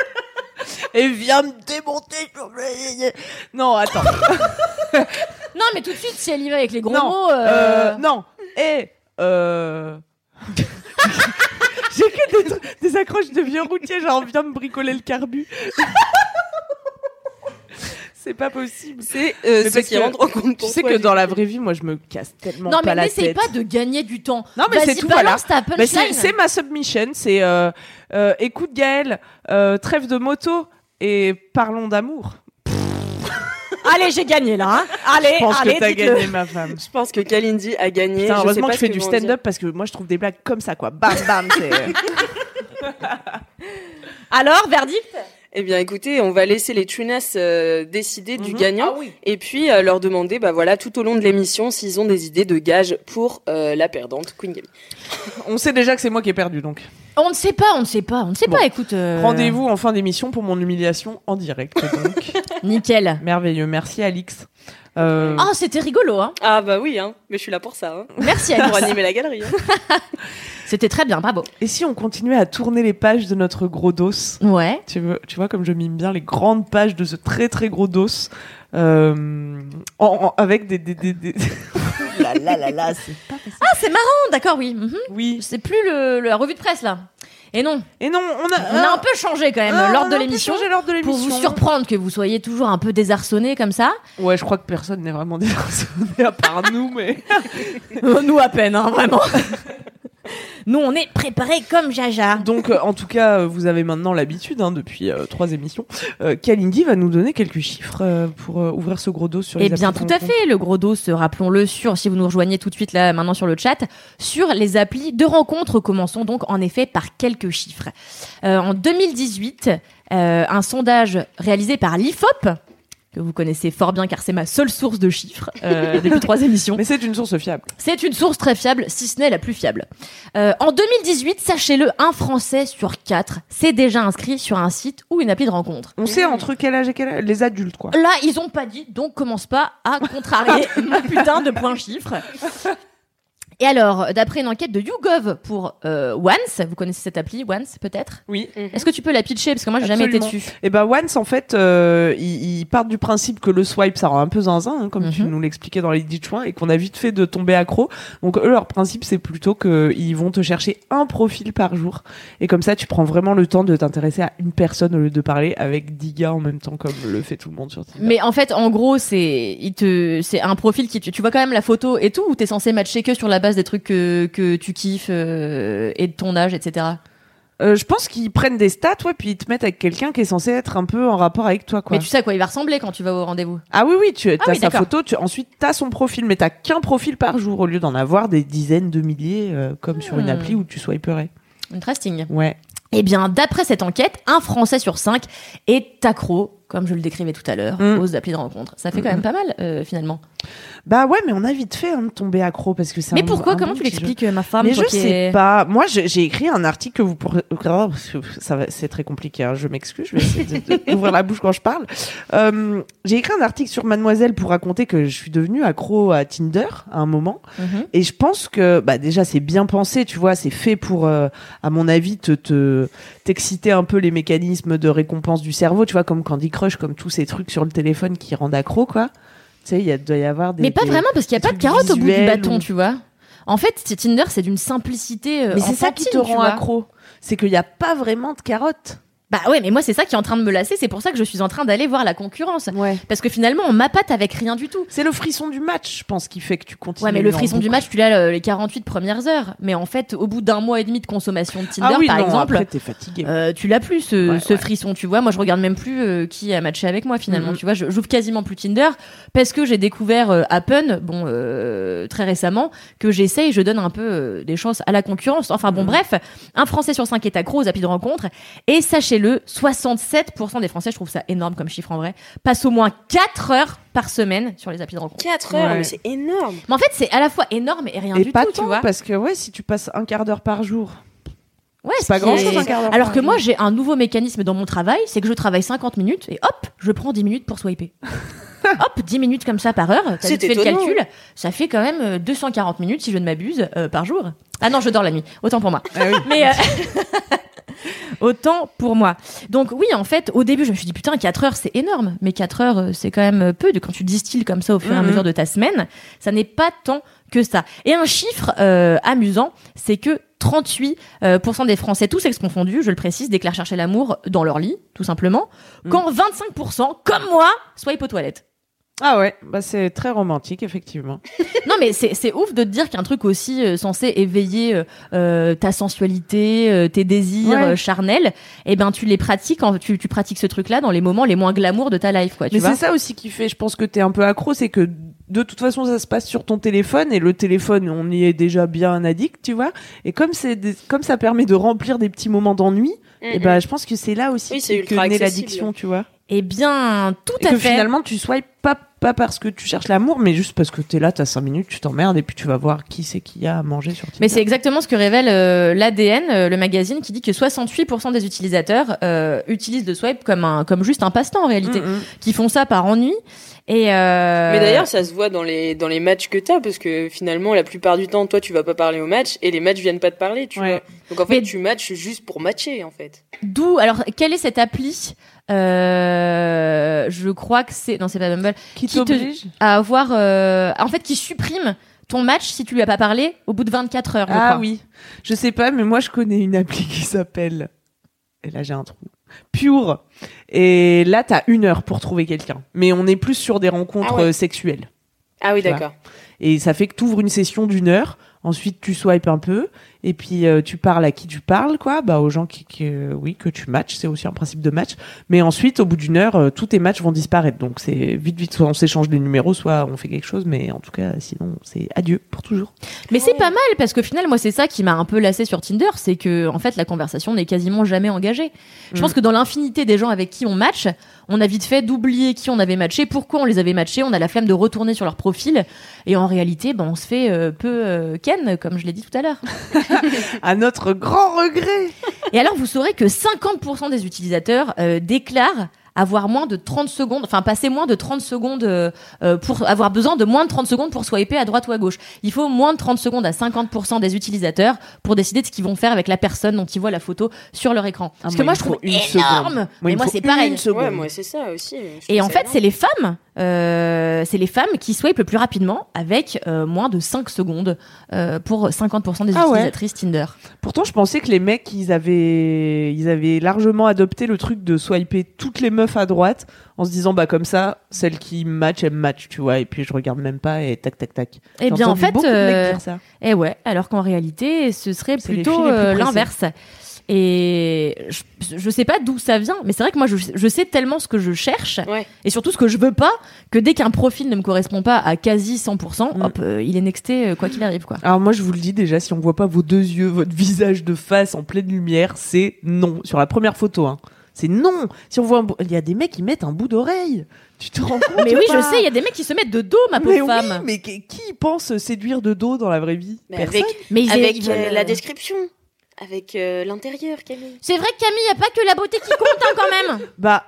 [SPEAKER 5] et viens me démonter. je- Non, attends.
[SPEAKER 3] Non mais tout de suite, si elle y va avec les gros
[SPEAKER 5] Non,
[SPEAKER 3] mots... euh,
[SPEAKER 5] Euh, non.
[SPEAKER 2] Eh,
[SPEAKER 5] Et euh... [laughs] j'ai que des, tr- des accroches de vieux routier, genre viens me bricoler le carbu. [laughs] C'est pas possible.
[SPEAKER 2] C'est euh,
[SPEAKER 5] Mais
[SPEAKER 2] ce
[SPEAKER 5] parce
[SPEAKER 2] qui
[SPEAKER 5] que
[SPEAKER 2] rentre en compte
[SPEAKER 5] Tu
[SPEAKER 2] pour
[SPEAKER 5] sais
[SPEAKER 2] toi,
[SPEAKER 5] que
[SPEAKER 2] du
[SPEAKER 5] dans
[SPEAKER 2] coup.
[SPEAKER 5] la vraie vie, moi, je me casse tellement
[SPEAKER 3] Non
[SPEAKER 5] pas
[SPEAKER 3] mais
[SPEAKER 5] la
[SPEAKER 3] n'essaye
[SPEAKER 5] tête.
[SPEAKER 3] pas de gagner du temps.
[SPEAKER 5] Non, mais
[SPEAKER 3] Vas-y,
[SPEAKER 5] c'est tout,
[SPEAKER 3] balance ta
[SPEAKER 5] Bah, c'est
[SPEAKER 3] punchline.
[SPEAKER 5] c'est ma submission, c'est euh, euh, écoute Gaël, euh, trêve de moto et parlons d'amour.
[SPEAKER 3] Allez, j'ai gagné là. hein. Allez,
[SPEAKER 5] Je pense que t'as
[SPEAKER 3] dites-le.
[SPEAKER 5] gagné ma femme.
[SPEAKER 2] Je pense que Kalindi a gagné.
[SPEAKER 5] Putain,
[SPEAKER 2] Je sais
[SPEAKER 5] heureusement
[SPEAKER 2] pas
[SPEAKER 5] que je fais
[SPEAKER 2] ce
[SPEAKER 5] du
[SPEAKER 2] vont dire.
[SPEAKER 5] stand-up parce que moi je trouve des blagues comme ça quoi. Bam bam, c'est
[SPEAKER 3] Alors, verdict
[SPEAKER 2] Eh bien, écoutez, on va laisser les tunas euh, décider du
[SPEAKER 5] Mhm.
[SPEAKER 2] gagnant [laughs] et puis euh, leur demander, bah voilà, tout au long de l'émission, s'ils ont des idées de gages pour euh, la perdante Queen Gaby.
[SPEAKER 5] On sait déjà que c'est moi qui ai perdu, donc.
[SPEAKER 3] On ne sait pas, on ne sait pas, on ne sait
[SPEAKER 5] Bon.
[SPEAKER 3] pas, écoute... euh,
[SPEAKER 5] Rendez-vous en fin d'émission pour mon humiliation en direct. Donc.
[SPEAKER 3] Nickel.
[SPEAKER 5] [laughs] Merveilleux, merci Alix. Euh,
[SPEAKER 3] Ah, c'était rigolo, hein
[SPEAKER 2] Ah bah oui, hein. Mais je suis là pour ça, hein.
[SPEAKER 5] [laughs]
[SPEAKER 3] Merci
[SPEAKER 2] pour
[SPEAKER 3] Alice.
[SPEAKER 2] animer la galerie. hein.
[SPEAKER 3] C'était très bien, bravo.
[SPEAKER 5] Et si on continuait à tourner les pages de notre gros dos
[SPEAKER 3] Ouais.
[SPEAKER 5] tu vois, tu vois comme je mime bien les grandes pages de ce très très gros dos euh, en- en- avec des, des, des- [laughs] des-
[SPEAKER 3] Ah, c'est marrant, d'accord, oui. mhm.
[SPEAKER 5] oui
[SPEAKER 3] C'est plus le, le- la revue de presse, là. Et non,
[SPEAKER 5] et non on
[SPEAKER 3] on
[SPEAKER 5] a,
[SPEAKER 3] a un peu changé quand même
[SPEAKER 5] Ah,
[SPEAKER 3] l'ordre
[SPEAKER 5] on a
[SPEAKER 3] de
[SPEAKER 5] un peu
[SPEAKER 3] l'émission.
[SPEAKER 5] changé l'ordre de l'émission
[SPEAKER 3] Pour vous surprendre que vous soyez toujours un peu désarçonné comme ça.
[SPEAKER 5] ouais je crois que personne n'est [laughs] vraiment désarçonné à part nous mais
[SPEAKER 3] [laughs] Nous à peine, hein, vraiment. Nous, on est préparés comme Jaja.
[SPEAKER 5] donc euh, en tout cas euh, vous avez maintenant l'habitude hein, depuis euh, trois émissions euh, Kalindi va nous donner quelques chiffres euh, pour euh, ouvrir ce gros dos sur
[SPEAKER 3] Eh
[SPEAKER 5] les
[SPEAKER 3] bien,
[SPEAKER 5] applis
[SPEAKER 3] tout
[SPEAKER 5] de
[SPEAKER 3] à
[SPEAKER 5] rencontres.
[SPEAKER 3] fait. Le gros dos, se, rappelons-le, sur, si vous nous rejoignez tout de suite là, maintenant sur le chat, sur les applis de rencontres. Commençons donc en effet par quelques chiffres. Euh, en 2018, euh, un sondage réalisé par l'IFOP, que vous connaissez fort bien car c'est ma seule source de chiffres
[SPEAKER 5] [laughs]
[SPEAKER 3] euh, depuis trois émissions.
[SPEAKER 5] mais c'est une source fiable
[SPEAKER 3] C'est une source très fiable, si ce n'est la plus fiable. Euh, en 2018, sachez-le, un Français sur quatre s'est déjà inscrit sur un site ou une appli de rencontre.
[SPEAKER 5] On sait entre quel âge et quel âge Les adultes, quoi.
[SPEAKER 3] Là, ils
[SPEAKER 5] [laughs]
[SPEAKER 3] ont pas dit, donc commence pas à contrarier mon putain de point chiffre. Et alors, d'après une enquête de YouGov pour euh, Once, vous connaissez cette appli, Once peut-être
[SPEAKER 5] Oui.
[SPEAKER 3] Est-ce que tu peux la pitcher Parce que moi, j'ai jamais été
[SPEAKER 5] Absolument.
[SPEAKER 3] dessus.
[SPEAKER 5] Et bah Once, en fait, euh, ils, ils partent du principe que le swipe, ça rend un peu zinzin, hein, comme tu
[SPEAKER 3] Mhm.
[SPEAKER 5] nous l'expliquais dans les ditchouins, et qu'on a vite fait de tomber accro. Donc eux, leur principe, c'est plutôt qu'ils vont te chercher un profil par jour. Et comme ça, tu prends vraiment le temps de t'intéresser à une personne au lieu de parler avec 10 gars en même temps, comme le fait tout le monde sur Tinder.
[SPEAKER 3] Mais en fait, en gros, c'est il te c'est un profil qui tu, tu vois quand même la photo et tout ou t'es censé matcher que sur la base des trucs que, que tu kiffes euh, et de ton âge, etc.
[SPEAKER 5] Euh, je pense qu'ils prennent des stats, ouais, puis ils te mettent avec quelqu'un qui est censé être un peu en rapport avec toi, quoi.
[SPEAKER 3] Mais tu sais à quoi il va ressembler quand tu vas au rendez-vous.
[SPEAKER 5] Ah oui, oui, tu as
[SPEAKER 3] oui,
[SPEAKER 5] sa
[SPEAKER 3] d'accord.
[SPEAKER 5] photo, tu, ensuite tu as son profil, mais t'as qu'un profil par jour au lieu d'en avoir des dizaines de milliers, euh, comme sur une
[SPEAKER 3] Hmm.
[SPEAKER 5] appli où tu swiperais.
[SPEAKER 3] Interesting.
[SPEAKER 5] Ouais.
[SPEAKER 3] Eh bien, d'après cette enquête, un Français sur cinq est accro, comme je le décrivais tout à l'heure,
[SPEAKER 5] Mm.
[SPEAKER 3] aux applis de rencontre. Ça fait quand
[SPEAKER 5] Mm.
[SPEAKER 3] même pas mal euh, finalement.
[SPEAKER 5] Bah ouais, mais on a vite fait hein, de tomber accro parce que c'est
[SPEAKER 3] Mais
[SPEAKER 5] un-
[SPEAKER 3] pourquoi
[SPEAKER 5] un
[SPEAKER 3] Comment
[SPEAKER 5] bon
[SPEAKER 3] tu
[SPEAKER 5] petit jeu.
[SPEAKER 3] l'expliques, euh, ma femme
[SPEAKER 5] mais
[SPEAKER 3] toi
[SPEAKER 5] je
[SPEAKER 3] qui
[SPEAKER 5] sais
[SPEAKER 3] es-
[SPEAKER 5] pas. Moi, je- j'ai écrit un article que vous pourrez. Oh, ça va- c'est très compliqué. hein, je m'excuse. Je vais essayer de- d'ouvrir la bouche quand je parle. Euh, j'ai écrit un article sur Mademoiselle pour raconter que je suis devenue accro à Tinder à un moment.
[SPEAKER 3] Mhm.
[SPEAKER 5] Et je pense que, bah déjà, c'est bien pensé, tu vois, c'est fait pour, euh, à mon avis, te te- t'exciter un peu les mécanismes de récompense du cerveau, tu vois, comme Candy Crush, comme tous ces trucs sur le téléphone qui rendent accro, quoi. Tu sais, il y a- doit y avoir des.
[SPEAKER 3] Mais pas
[SPEAKER 5] des-
[SPEAKER 3] vraiment parce qu'il n'y a
[SPEAKER 5] des
[SPEAKER 3] pas de
[SPEAKER 5] trucs
[SPEAKER 3] carotte au bout du
[SPEAKER 5] visuels
[SPEAKER 3] bâton,
[SPEAKER 5] ou-
[SPEAKER 3] tu vois. En fait, Tinder, c'est d'une simplicité. euh,
[SPEAKER 5] Mais c'est ça qui te
[SPEAKER 3] enfantine, tu
[SPEAKER 5] rend
[SPEAKER 3] vois.
[SPEAKER 5] accro. C'est qu'il n'y a pas vraiment de carotte.
[SPEAKER 3] Bah ouais, mais moi c'est ça qui est en train de me lasser, c'est pour ça que je suis en train d'aller voir la concurrence.
[SPEAKER 5] Ouais.
[SPEAKER 3] Parce que finalement on m'appâte avec rien du tout.
[SPEAKER 5] C'est le frisson du match, je pense, qui fait que tu continues.
[SPEAKER 3] Ouais, mais le
[SPEAKER 5] en
[SPEAKER 3] frisson du
[SPEAKER 5] boucle.
[SPEAKER 3] match, tu l'as euh, les 48 premières heures. Mais en fait, au bout d'un mois et demi de consommation de Tinder,
[SPEAKER 5] ah oui,
[SPEAKER 3] par
[SPEAKER 5] non,
[SPEAKER 3] exemple,
[SPEAKER 5] Après, t'es fatigué.
[SPEAKER 3] euh, tu l'as plus ce,
[SPEAKER 5] Ouais,
[SPEAKER 3] ce
[SPEAKER 5] ouais.
[SPEAKER 3] frisson, tu vois. Moi, je regarde même plus euh, qui a matché avec moi finalement.
[SPEAKER 5] Mhm.
[SPEAKER 3] Tu vois, je j'ouvre quasiment plus Tinder parce que j'ai découvert euh, Happen, bon, euh, très récemment, que j'essaye, je donne un peu euh, des chances à la concurrence. Enfin bon,
[SPEAKER 5] Mhm.
[SPEAKER 3] bref, un Français sur cinq est accro aux applis de rencontre et sachez-le, 67% des Français, je trouve ça énorme comme chiffre en vrai, passent au moins 4 heures par semaine sur les applis de rencontre.
[SPEAKER 2] 4 heures,
[SPEAKER 5] Ouais.
[SPEAKER 2] mais c'est énorme.
[SPEAKER 3] Mais en fait, c'est à la fois énorme et rien
[SPEAKER 5] Euh, Et
[SPEAKER 3] du
[SPEAKER 5] pas
[SPEAKER 3] tout,
[SPEAKER 5] tant,
[SPEAKER 3] tu vois.
[SPEAKER 5] parce que ouais, si tu passes un quart d'heure par jour,
[SPEAKER 3] Ouais,
[SPEAKER 5] c'est pas hein,
[SPEAKER 3] ce qui est-
[SPEAKER 5] grand chose un quart d'heure.
[SPEAKER 3] Alors
[SPEAKER 5] par
[SPEAKER 3] que
[SPEAKER 2] Ah,
[SPEAKER 5] jour.
[SPEAKER 3] moi, j'ai un nouveau mécanisme dans mon travail, c'est que je travaille 50 minutes et hop, je prends 10 minutes
[SPEAKER 2] [laughs]
[SPEAKER 3] pour swiper. hop, 10 minutes comme ça par heure, t'as
[SPEAKER 2] C'est
[SPEAKER 3] vite fait le
[SPEAKER 2] étonnant.
[SPEAKER 3] calcul, ça fait quand même euh, 240 minutes, si je ne m'abuse, euh, par jour. Ah non, je dors la nuit, autant pour moi.
[SPEAKER 5] Ah oui.
[SPEAKER 3] [laughs] Mais euh, autant pour moi. Donc oui, en fait, au début, je me suis dit putain, 4 heures, c'est énorme, mais 4 heures, euh, c'est quand même euh, peu de quand tu distilles comme ça au fur et à
[SPEAKER 5] Mhm.
[SPEAKER 3] mesure de ta semaine, ça n'est pas tant que ça. Et un chiffre euh, amusant, c'est que 38% euh, pourcent des Français, tous sexes confondus, je le précise, déclarent chercher l'amour dans leur lit, tout simplement,
[SPEAKER 5] Mhm.
[SPEAKER 3] quand 25%, comme moi, swipe aux toilettes.
[SPEAKER 5] Ah ouais, bah c'est très romantique, effectivement.
[SPEAKER 3] Non, mais c'est c'est ouf de te dire qu'un truc aussi euh, censé éveiller euh, euh, ta sensualité, euh, tes désirs
[SPEAKER 5] Ouais.
[SPEAKER 3] euh, charnels, eh ben tu les pratiques, en- tu, tu pratiques ce truc-là dans les moments les moins glamour de ta life, quoi. Tu
[SPEAKER 5] Mais
[SPEAKER 3] vois
[SPEAKER 5] c'est ça aussi qui fait, je pense que t'es un peu accro, c'est que de toute façon ça se passe sur ton téléphone et le téléphone on y est déjà bien addict, tu vois. Et comme c'est des- comme ça permet de remplir des petits moments d'ennui, et
[SPEAKER 2] Mm,
[SPEAKER 5] bah
[SPEAKER 2] mm.
[SPEAKER 5] je pense que c'est là aussi
[SPEAKER 2] Oui, c'est
[SPEAKER 5] que
[SPEAKER 2] ultra
[SPEAKER 5] naît
[SPEAKER 2] accessible.
[SPEAKER 5] l'addiction, tu vois.
[SPEAKER 3] Eh bien, tout
[SPEAKER 5] Et
[SPEAKER 3] à
[SPEAKER 5] que
[SPEAKER 3] fait.
[SPEAKER 5] finalement tu swipes pas pas parce que tu cherches l'amour, mais juste parce que t'es là, t'as cinq minutes, tu t'emmerdes et puis tu vas voir qui c'est qu'il y a à manger sur Tinder.
[SPEAKER 3] Mais c'est exactement ce que révèle euh, l'ADN, euh, le magazine, qui dit que 68% des utilisateurs euh, utilisent le swipe comme un, comme juste un passe-temps en réalité,
[SPEAKER 5] Mm, mm.
[SPEAKER 3] qui font ça par ennui. Et euh,
[SPEAKER 2] bah, Mais d'ailleurs, ça se voit dans les, dans les matchs que t'as, parce que finalement, la plupart du temps, toi, tu vas pas parler au match, et les matchs viennent pas te parler, tu
[SPEAKER 5] Ouais.
[SPEAKER 2] vois. Donc en fait,
[SPEAKER 3] Mais-
[SPEAKER 2] tu matches juste pour matcher, en fait.
[SPEAKER 3] d'où alors quelle est cette appli euh, Je crois que c'est non, c'est pas Bumble.
[SPEAKER 5] Qui
[SPEAKER 3] Qui te-
[SPEAKER 5] t'oblige
[SPEAKER 3] à avoir euh, en fait qui supprime ton match si tu lui as pas parlé au bout de 24 heures. je
[SPEAKER 5] Ah
[SPEAKER 3] crois.
[SPEAKER 5] oui, je sais pas, mais moi je connais une appli qui s'appelle. Et là j'ai un trou. Pure. Et là t'as une heure pour trouver quelqu'un. Mais on est plus sur des rencontres
[SPEAKER 2] Ah ouais.
[SPEAKER 5] euh, sexuelles.
[SPEAKER 2] Ah oui,
[SPEAKER 5] Tu vois.
[SPEAKER 2] d'accord.
[SPEAKER 5] Et ça fait que t'ouvres une session d'une heure. Ensuite tu swipes un peu. Et puis euh, tu parles à qui tu parles, quoi. Bah aux gens qui, qui, euh, oui, que tu matches. C'est aussi un principe de match. Mais ensuite au bout d'une heure, euh, tous tes matchs vont disparaître. Donc c'est vite, vite. Soit on s'échange des numéros, soit on fait quelque chose. Mais en tout cas, sinon c'est adieu pour toujours.
[SPEAKER 3] Mais c'est pas mal parce qu'au final moi c'est ça qui m'a un peu lassé sur Tinder, c'est que en fait la conversation n'est quasiment jamais engagée. Je
[SPEAKER 5] Mm.
[SPEAKER 3] pense que dans l'infinité des gens avec qui on match, on a vite fait d'oublier qui on avait matché, pourquoi on les avait matchés, on a la flemme de retourner sur leur profil et en réalité ben on se fait euh, peu euh, ken comme je l'ai dit tout à l'heure.
[SPEAKER 5] À notre grand regret.
[SPEAKER 3] Et alors, vous saurez que 50% des utilisateurs euh, déclarent avoir moins de 30 secondes, enfin passer moins de 30 secondes euh, euh, pour avoir besoin de moins de 30 secondes pour swiper à droite ou à gauche. Il faut moins de 30 secondes à 50% des utilisateurs pour décider de ce qu'ils vont faire avec la personne dont ils voient la photo sur leur écran. Parce que
[SPEAKER 5] Ah, moi,
[SPEAKER 3] moi,
[SPEAKER 5] il
[SPEAKER 3] je
[SPEAKER 5] me faut
[SPEAKER 3] trouve
[SPEAKER 5] une
[SPEAKER 3] énorme.
[SPEAKER 5] seconde.
[SPEAKER 3] Mais
[SPEAKER 5] il
[SPEAKER 3] moi,
[SPEAKER 5] faut
[SPEAKER 3] c'est pareil.
[SPEAKER 5] Une seconde.
[SPEAKER 2] Ouais, moi c'est ça aussi. Je trouve
[SPEAKER 3] Et en
[SPEAKER 2] ça
[SPEAKER 3] fait,
[SPEAKER 2] énorme.
[SPEAKER 3] c'est les femmes, euh, c'est les femmes qui swipent le plus rapidement avec euh, moins de 5 secondes euh, pour 50% des
[SPEAKER 5] Ah ouais.
[SPEAKER 3] utilisatrices Tinder.
[SPEAKER 5] Pourtant, je pensais que les mecs, ils avaient, ils avaient largement adopté le truc de swiper toutes les meufs à droite en se disant, bah, comme ça, celle qui match, elle match, tu vois, et puis je regarde même pas et tac, tac, tac.
[SPEAKER 3] Eh
[SPEAKER 5] J'ai
[SPEAKER 3] bien, en
[SPEAKER 5] entendu
[SPEAKER 3] fait,
[SPEAKER 5] beaucoup de mecs
[SPEAKER 3] euh,
[SPEAKER 5] dire ça.
[SPEAKER 3] eh ouais, alors qu'en réalité, ce serait
[SPEAKER 5] C'est les
[SPEAKER 3] plutôt
[SPEAKER 5] filles les plus
[SPEAKER 3] euh,
[SPEAKER 5] pressées.
[SPEAKER 3] l'inverse. Et je, je sais pas d'où ça vient, mais c'est vrai que moi, je, je sais tellement ce que je cherche
[SPEAKER 2] Ouais.
[SPEAKER 3] et surtout ce que je veux pas que dès qu'un profil ne me correspond pas à quasi 100%,
[SPEAKER 5] Mm.
[SPEAKER 3] hop, euh, il est nexté euh, quoi qu'il arrive, quoi.
[SPEAKER 5] Alors moi je vous le dis déjà, si on voit pas vos deux yeux, votre visage de face en pleine lumière, c'est non. Sur la première photo, hein. c'est non. Si on voit, un bou- il y a des mecs qui mettent un bout d'oreille. Tu te rends compte
[SPEAKER 3] Mais
[SPEAKER 5] ou
[SPEAKER 3] oui, je
[SPEAKER 5] pas
[SPEAKER 3] sais, il y a des mecs qui se mettent de dos, ma
[SPEAKER 5] Mais
[SPEAKER 3] pauvre
[SPEAKER 5] oui,
[SPEAKER 3] femme.
[SPEAKER 5] mais qui qui pense séduire de dos dans la vraie vie
[SPEAKER 2] Mais
[SPEAKER 5] Personne.
[SPEAKER 2] avec
[SPEAKER 3] Mais ils-
[SPEAKER 2] avec
[SPEAKER 3] ils
[SPEAKER 2] euh,
[SPEAKER 3] veulent-
[SPEAKER 2] la description, avec euh, l'intérieur, Camille.
[SPEAKER 3] C'est vrai que Camille, y a pas que la beauté qui compte hein, quand même.
[SPEAKER 5] Bah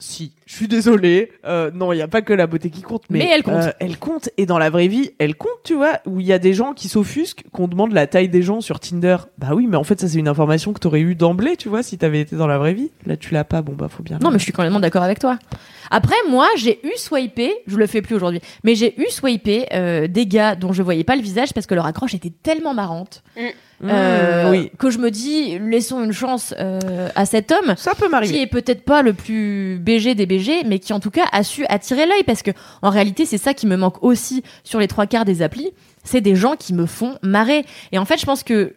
[SPEAKER 5] si, je suis désolée. Euh, non, il n'y a pas que la beauté qui compte, mais,
[SPEAKER 3] Mais elle compte.
[SPEAKER 5] euh, elle compte. Et dans la vraie vie, elle compte, tu vois. Où il y a des gens qui s'offusquent, qu'on demande la taille des gens sur Tinder. Bah oui, mais en fait, ça c'est une information que t'aurais eu d'emblée, tu vois, si t'avais été dans la vraie vie. Là, tu l'as pas. Bon bah faut bien.
[SPEAKER 3] Non, mais je suis complètement d'accord avec toi. Après, moi, j'ai eu swipé, je le fais plus aujourd'hui, mais j'ai eu swipé euh, des gars dont je voyais pas le visage parce que leur accroche était tellement marrante
[SPEAKER 5] Mmh,
[SPEAKER 3] euh,
[SPEAKER 5] oui.
[SPEAKER 3] que je me dis, laissons une chance euh, à cet homme
[SPEAKER 5] Ça peut
[SPEAKER 3] qui
[SPEAKER 5] m'arriver.
[SPEAKER 3] est peut-être pas le plus BG des BG, mais qui en tout cas a su attirer l'œil parce que en réalité c'est ça qui me manque aussi sur les trois quarts des applis, c'est des gens qui me font marrer. Et en fait je pense que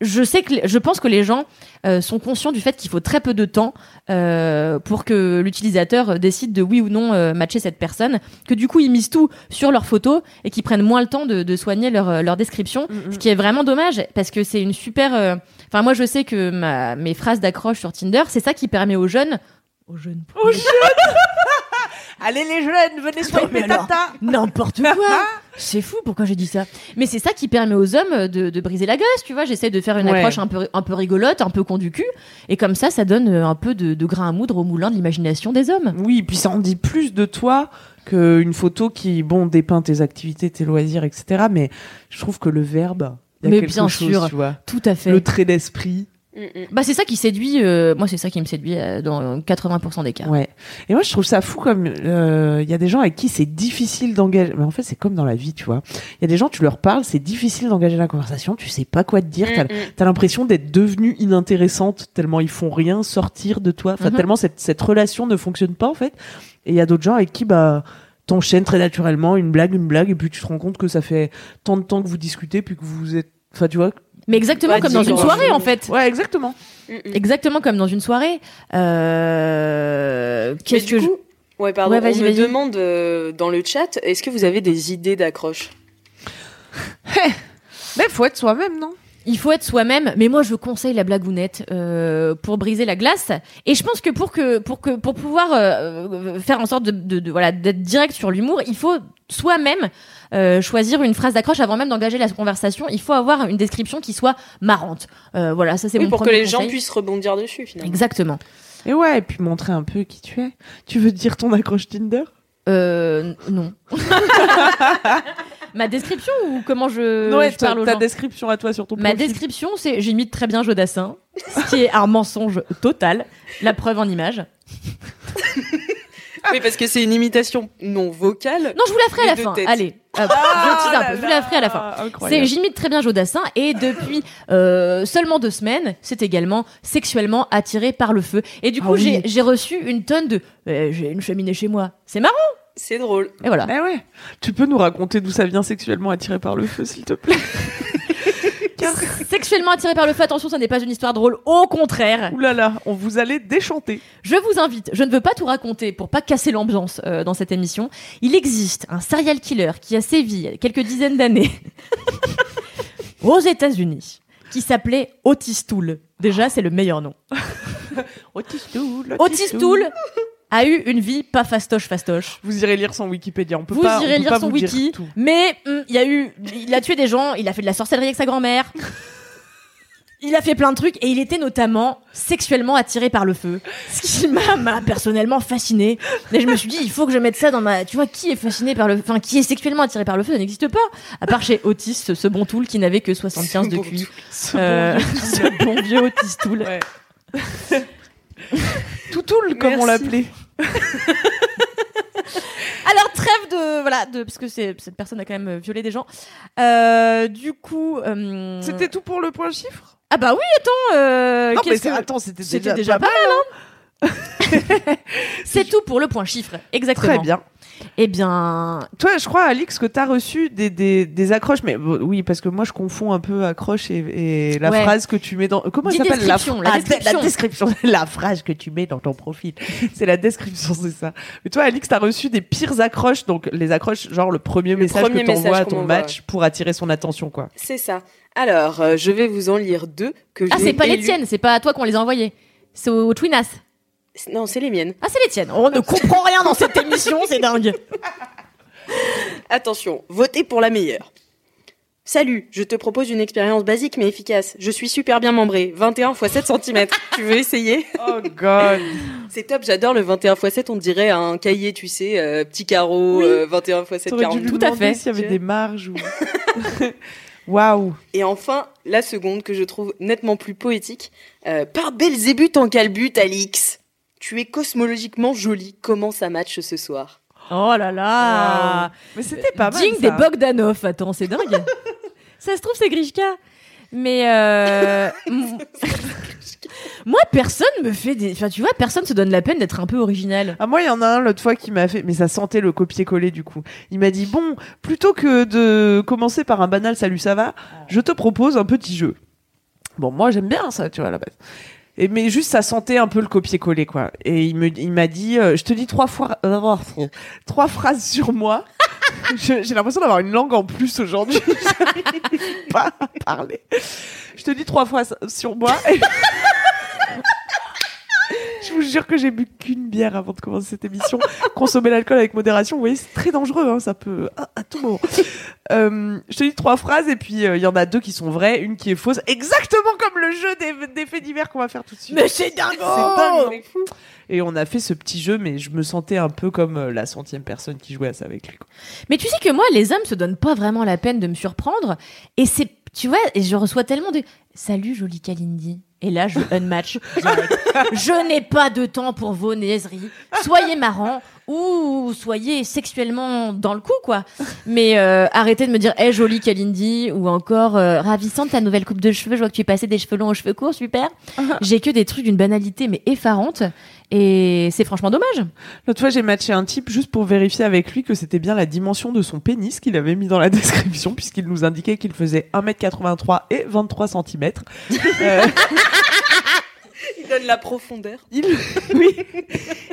[SPEAKER 3] je sais que les- je pense que les gens euh, sont conscients du fait qu'il faut très peu de temps euh, pour que l'utilisateur euh, décide de oui ou non euh, matcher cette personne, que du coup ils misent tout sur leurs photos et qu'ils prennent moins le temps de, de soigner leur, euh, leur description
[SPEAKER 5] Mm,
[SPEAKER 3] ce qui est vraiment dommage parce que c'est une super. euh, Enfin, moi, je sais que ma... mes phrases d'accroche sur Tinder, c'est ça qui permet aux jeunes. Aux jeunes. [laughs]
[SPEAKER 5] Aux jeunes Allez les jeunes, venez
[SPEAKER 7] mais
[SPEAKER 5] swiper
[SPEAKER 7] alors-
[SPEAKER 5] tata.
[SPEAKER 7] N'importe
[SPEAKER 5] [laughs]
[SPEAKER 7] quoi. C'est fou, pourquoi j'ai dit ça
[SPEAKER 3] Mais c'est ça qui permet aux hommes de, de briser la gosse, tu vois. J'essaie de faire une
[SPEAKER 5] Ouais.
[SPEAKER 3] accroche un peu, un peu rigolote, un peu con du cul, et comme ça, ça donne euh, un peu de, de grain à moudre au moulin de l'imagination des hommes.
[SPEAKER 5] Oui, puis ça en dit plus de toi qu'une photo qui, bon, dépeint tes activités, tes loisirs, etc. Mais je trouve que le verbe, il y a
[SPEAKER 3] Mais
[SPEAKER 5] quelque
[SPEAKER 3] bien
[SPEAKER 5] chose,
[SPEAKER 3] sûr.
[SPEAKER 5] tu vois.
[SPEAKER 3] Tout à fait.
[SPEAKER 5] Le trait d'esprit.
[SPEAKER 2] Mm, mm.
[SPEAKER 3] Bah, c'est ça qui séduit. euh, Moi, c'est ça qui me séduit euh, dans 80% des cas.
[SPEAKER 5] Ouais. Et moi, je trouve ça fou comme euh, il y a des gens avec qui c'est difficile d'engager. Mais en fait, c'est comme dans la vie, tu vois. Il y a des gens, tu leur parles, c'est difficile d'engager la conversation. Tu sais pas quoi te dire. t'as-
[SPEAKER 2] Mm, mm.
[SPEAKER 5] T'as l'impression d'être devenue inintéressante tellement ils font rien sortir de toi. Enfin,
[SPEAKER 3] Mhm.
[SPEAKER 5] tellement cette, cette relation ne fonctionne pas, en fait. Et il y a d'autres gens avec qui, bah, t'enchaînes très naturellement une blague, une blague, et puis tu te rends compte que ça fait tant de temps que vous discutez, puis que vous êtes. Enfin, tu vois.
[SPEAKER 3] Mais exactement
[SPEAKER 2] Bah,
[SPEAKER 3] comme dans
[SPEAKER 2] dis-
[SPEAKER 3] une soirée, en fait.
[SPEAKER 5] Ouais, exactement.
[SPEAKER 2] Mm, mm.
[SPEAKER 3] Exactement comme dans une soirée. Euh...
[SPEAKER 2] Mais
[SPEAKER 3] Qu'est-ce
[SPEAKER 2] du
[SPEAKER 3] que je-
[SPEAKER 2] coup, ouais, pardon,
[SPEAKER 3] Ouais,
[SPEAKER 2] on
[SPEAKER 3] vas-y,
[SPEAKER 2] me
[SPEAKER 3] vas-y.
[SPEAKER 2] demande euh, dans le chat, est-ce que vous avez des idées d'accroche
[SPEAKER 5] Mais faut être soi-même, non
[SPEAKER 3] Il faut être soi-même, mais moi je conseille la blagounette euh, pour briser la glace. Et je pense que pour que pour que pour pouvoir euh, faire en sorte de, de- de- voilà d'être direct sur l'humour, il faut soi-même euh, choisir une phrase d'accroche avant même d'engager la conversation. Il faut avoir une description qui soit marrante. Euh, voilà, ça c'est
[SPEAKER 2] Oui,
[SPEAKER 3] mon
[SPEAKER 2] pour que
[SPEAKER 3] premier
[SPEAKER 2] les gens
[SPEAKER 3] conseil.
[SPEAKER 2] puissent rebondir dessus finalement.
[SPEAKER 3] Exactement.
[SPEAKER 5] Et ouais, et puis montrer un peu qui tu es. Tu veux dire ton accroche Tinder
[SPEAKER 3] Euh, n- non. [laughs] Ma description ou comment je,
[SPEAKER 5] Ouais,
[SPEAKER 3] Euh, je
[SPEAKER 5] ta,
[SPEAKER 3] parle aux
[SPEAKER 5] ta
[SPEAKER 3] gens
[SPEAKER 5] description à toi sur ton
[SPEAKER 3] Ma
[SPEAKER 5] profil.
[SPEAKER 3] description, c'est j'imite très bien Jodassin, ce qui est un mensonge total. La preuve en image.
[SPEAKER 2] Oui, parce que c'est une imitation non vocale.
[SPEAKER 3] Non, je vous la ferai à
[SPEAKER 2] Les
[SPEAKER 3] la
[SPEAKER 2] deux
[SPEAKER 3] fin.
[SPEAKER 2] têtes. Ah
[SPEAKER 3] Allez, hop, je tease un peu, je vous la ferai à la fin. C'est
[SPEAKER 5] Oh Incroyable.
[SPEAKER 3] j'imite très bien Jodassin et depuis euh, seulement deux semaines, c'est également sexuellement attiré par le feu. Et du
[SPEAKER 5] Ah
[SPEAKER 3] coup,
[SPEAKER 5] oui.
[SPEAKER 3] j'ai- j'ai reçu une tonne de euh, j'ai une cheminée chez moi. C'est marrant.
[SPEAKER 2] C'est drôle. [laughs]
[SPEAKER 3] Et voilà.
[SPEAKER 5] Eh ouais. Tu peux nous raconter d'où ça vient sexuellement attiré par le feu, s'il
[SPEAKER 3] [laughs]
[SPEAKER 5] te plaît
[SPEAKER 3] Sexuellement attiré par le feu, attention, ça n'est pas une histoire drôle. Au contraire,
[SPEAKER 5] Ouh là là, on vous allez déchanter.
[SPEAKER 3] Je vous invite, je ne veux pas tout raconter pour pas casser l'ambiance euh, dans cette émission. Il existe un serial killer qui a sévi il y a quelques dizaines [laughs] d'années aux États-Unis qui s'appelait Otis Toole. Déjà, c'est le meilleur nom.
[SPEAKER 5] Otis Tool.
[SPEAKER 3] Otis Toole a eu une vie pas fastoche fastoche.
[SPEAKER 5] Vous irez lire son Wikipédia. On peut
[SPEAKER 3] Vous
[SPEAKER 5] pas, on
[SPEAKER 3] irez
[SPEAKER 5] peut
[SPEAKER 3] lire
[SPEAKER 5] pas
[SPEAKER 3] son
[SPEAKER 5] vous dire
[SPEAKER 3] wiki, [laughs]
[SPEAKER 5] tout.
[SPEAKER 3] mais hum, il y a eu il a tué des gens, il a fait de la sorcellerie avec sa grand-mère.
[SPEAKER 7] Il a fait plein de trucs et il était notamment sexuellement attiré par le feu. Ce qui m'a m'a personnellement fasciné. Mais je me suis dit, il faut que je mette ça dans ma. Tu vois, qui est fasciné par le. Enfin, qui est sexuellement attiré par le feu, ça n'existe pas. À part chez Otis, ce ce bon tool qui n'avait que 75 de
[SPEAKER 2] bon
[SPEAKER 7] QI.
[SPEAKER 2] tool.
[SPEAKER 7] Euh, Ce bon vieux Otis tool.
[SPEAKER 5] Toutoule, comme on
[SPEAKER 2] Merci.
[SPEAKER 5] l'appelait.
[SPEAKER 3] Alors trêve de voilà de parce que c'est cette personne a quand même violé des gens. Euh, du coup, euh,
[SPEAKER 5] C'était tout pour le point chiffre
[SPEAKER 3] ah bah oui attends euh,
[SPEAKER 5] Non, mais
[SPEAKER 3] qu'est-ce
[SPEAKER 5] c'est-
[SPEAKER 3] que-
[SPEAKER 5] attends, c'était
[SPEAKER 3] c'était déjà
[SPEAKER 5] déjà, pas, mal. hein.
[SPEAKER 3] [laughs] c'est tout pour le point chiffre exactement.
[SPEAKER 5] Très bien.
[SPEAKER 3] Eh bien
[SPEAKER 5] Toi, je crois, Alix, que t'as reçu des, des, des accroches, mais bon, oui, parce que moi, je confonds un peu accroche et, et la
[SPEAKER 3] Ouais.
[SPEAKER 5] phrase que tu mets dans. Comment
[SPEAKER 3] Dis
[SPEAKER 5] elle s'appelle
[SPEAKER 3] description, la
[SPEAKER 5] Ah,
[SPEAKER 3] description.
[SPEAKER 5] la description, [laughs] la phrase que tu mets dans ton profil. c'est la description, c'est ça. Mais toi, Alix, t'as reçu des pires accroches, donc les accroches, genre le premier message
[SPEAKER 2] premier
[SPEAKER 5] que t'envoies
[SPEAKER 2] message
[SPEAKER 5] à
[SPEAKER 2] qu'on
[SPEAKER 5] ton
[SPEAKER 2] m'envoie,
[SPEAKER 5] match pour attirer son attention, quoi.
[SPEAKER 2] C'est ça. Alors, euh, je vais vous en lire deux que
[SPEAKER 3] ah
[SPEAKER 2] j'ai
[SPEAKER 3] c'est pas les
[SPEAKER 2] élus.
[SPEAKER 3] tiennes c'est pas à toi qu'on les a envoyés c'est au Twinas
[SPEAKER 2] Non, c'est les miennes.
[SPEAKER 3] ah c'est les tiennes on ne comprend rien dans cette émission c'est dingue
[SPEAKER 2] Attention, votez pour la meilleure. Salut, je te propose une expérience basique mais efficace. Je suis super bien membré, 21 x 7 cm. [laughs] tu veux essayer
[SPEAKER 5] Oh god.
[SPEAKER 2] C'est top, j'adore le 21 x 7, on dirait un cahier, tu sais, euh, petit carreau,
[SPEAKER 5] Oui.
[SPEAKER 2] euh, 21 x 7,
[SPEAKER 5] T'aurais dû
[SPEAKER 2] 40.
[SPEAKER 5] lui
[SPEAKER 3] Tout à fait.
[SPEAKER 5] demander s'il y avait des marges ou. [laughs] Waouh.
[SPEAKER 2] Et enfin, la seconde que je trouve nettement plus poétique, euh, par Belzébuth en calbut, Alix. Tu es cosmologiquement jolie, comment ça match ce soir
[SPEAKER 3] oh là là
[SPEAKER 5] Mais c'était pas mal.
[SPEAKER 3] digne
[SPEAKER 5] ça.
[SPEAKER 3] Ah. des Bogdanov attends c'est
[SPEAKER 5] [laughs]
[SPEAKER 3] dingue ça se trouve c'est Grishka mais
[SPEAKER 5] [laughs]
[SPEAKER 3] euh, m- [laughs] moi personne me fait des enfin tu vois personne se donne la peine d'être un peu original
[SPEAKER 5] Ah moi il y en a un l'autre fois qui m'a fait mais ça sentait le copier-coller du coup. Il m'a dit bon plutôt que de commencer par un banal salut ça va, je te propose un petit jeu. Bon moi j'aime bien ça tu vois à la base. Et mais juste ça sentait un peu le copier-coller quoi. Et il me il m'a dit euh, je te dis trois fois euh, trois phrases sur moi. [laughs] Je- J'ai l'impression d'avoir une langue en plus aujourd'hui. [laughs] J'arrive pas à parler. Je te dis trois fois sur moi. [laughs] et- Je vous jure que j'ai bu qu'une bière avant de commencer cette émission. Consommer l'alcool avec modération, vous voyez, c'est très dangereux, hein, ça peut à, à tout moment. Euh, je te dis trois phrases et puis euh, il y en a deux qui sont vraies, une qui est fausse, exactement comme le jeu des, des faits divers qu'on va faire tout de suite.
[SPEAKER 7] Mais c'est
[SPEAKER 2] Oh
[SPEAKER 7] dingue
[SPEAKER 5] C'est dingue. Et on a fait ce petit jeu, mais je me sentais un peu comme euh, la centième personne qui jouait à ça avec lui. quoi.
[SPEAKER 3] Mais tu sais que moi, les hommes se donnent pas vraiment la peine de me surprendre. Et c'est, tu vois, et je reçois tellement de Salut, jolie Kalindi. Et là, je [laughs] unmatch. direct. je n'ai pas de temps pour vos niaiseries. Soyez marrant ou soyez sexuellement dans le coup, quoi. Mais euh, arrêtez de me dire, hey, jolie Kalindi, ou encore, euh, ravissante ta nouvelle coupe de cheveux. Je vois que tu es passé des cheveux longs aux cheveux courts, [laughs] super. J'ai que des trucs d'une banalité mais effarante. Et c'est franchement dommage.
[SPEAKER 5] L'autre fois, j'ai matché un type juste pour vérifier avec lui que c'était bien la dimension de son pénis qu'il avait mis dans la [laughs] description, puisqu'il nous indiquait qu'il faisait 1m83 et 23 cm.
[SPEAKER 2] Il donne la profondeur.
[SPEAKER 5] Il, [laughs] oui,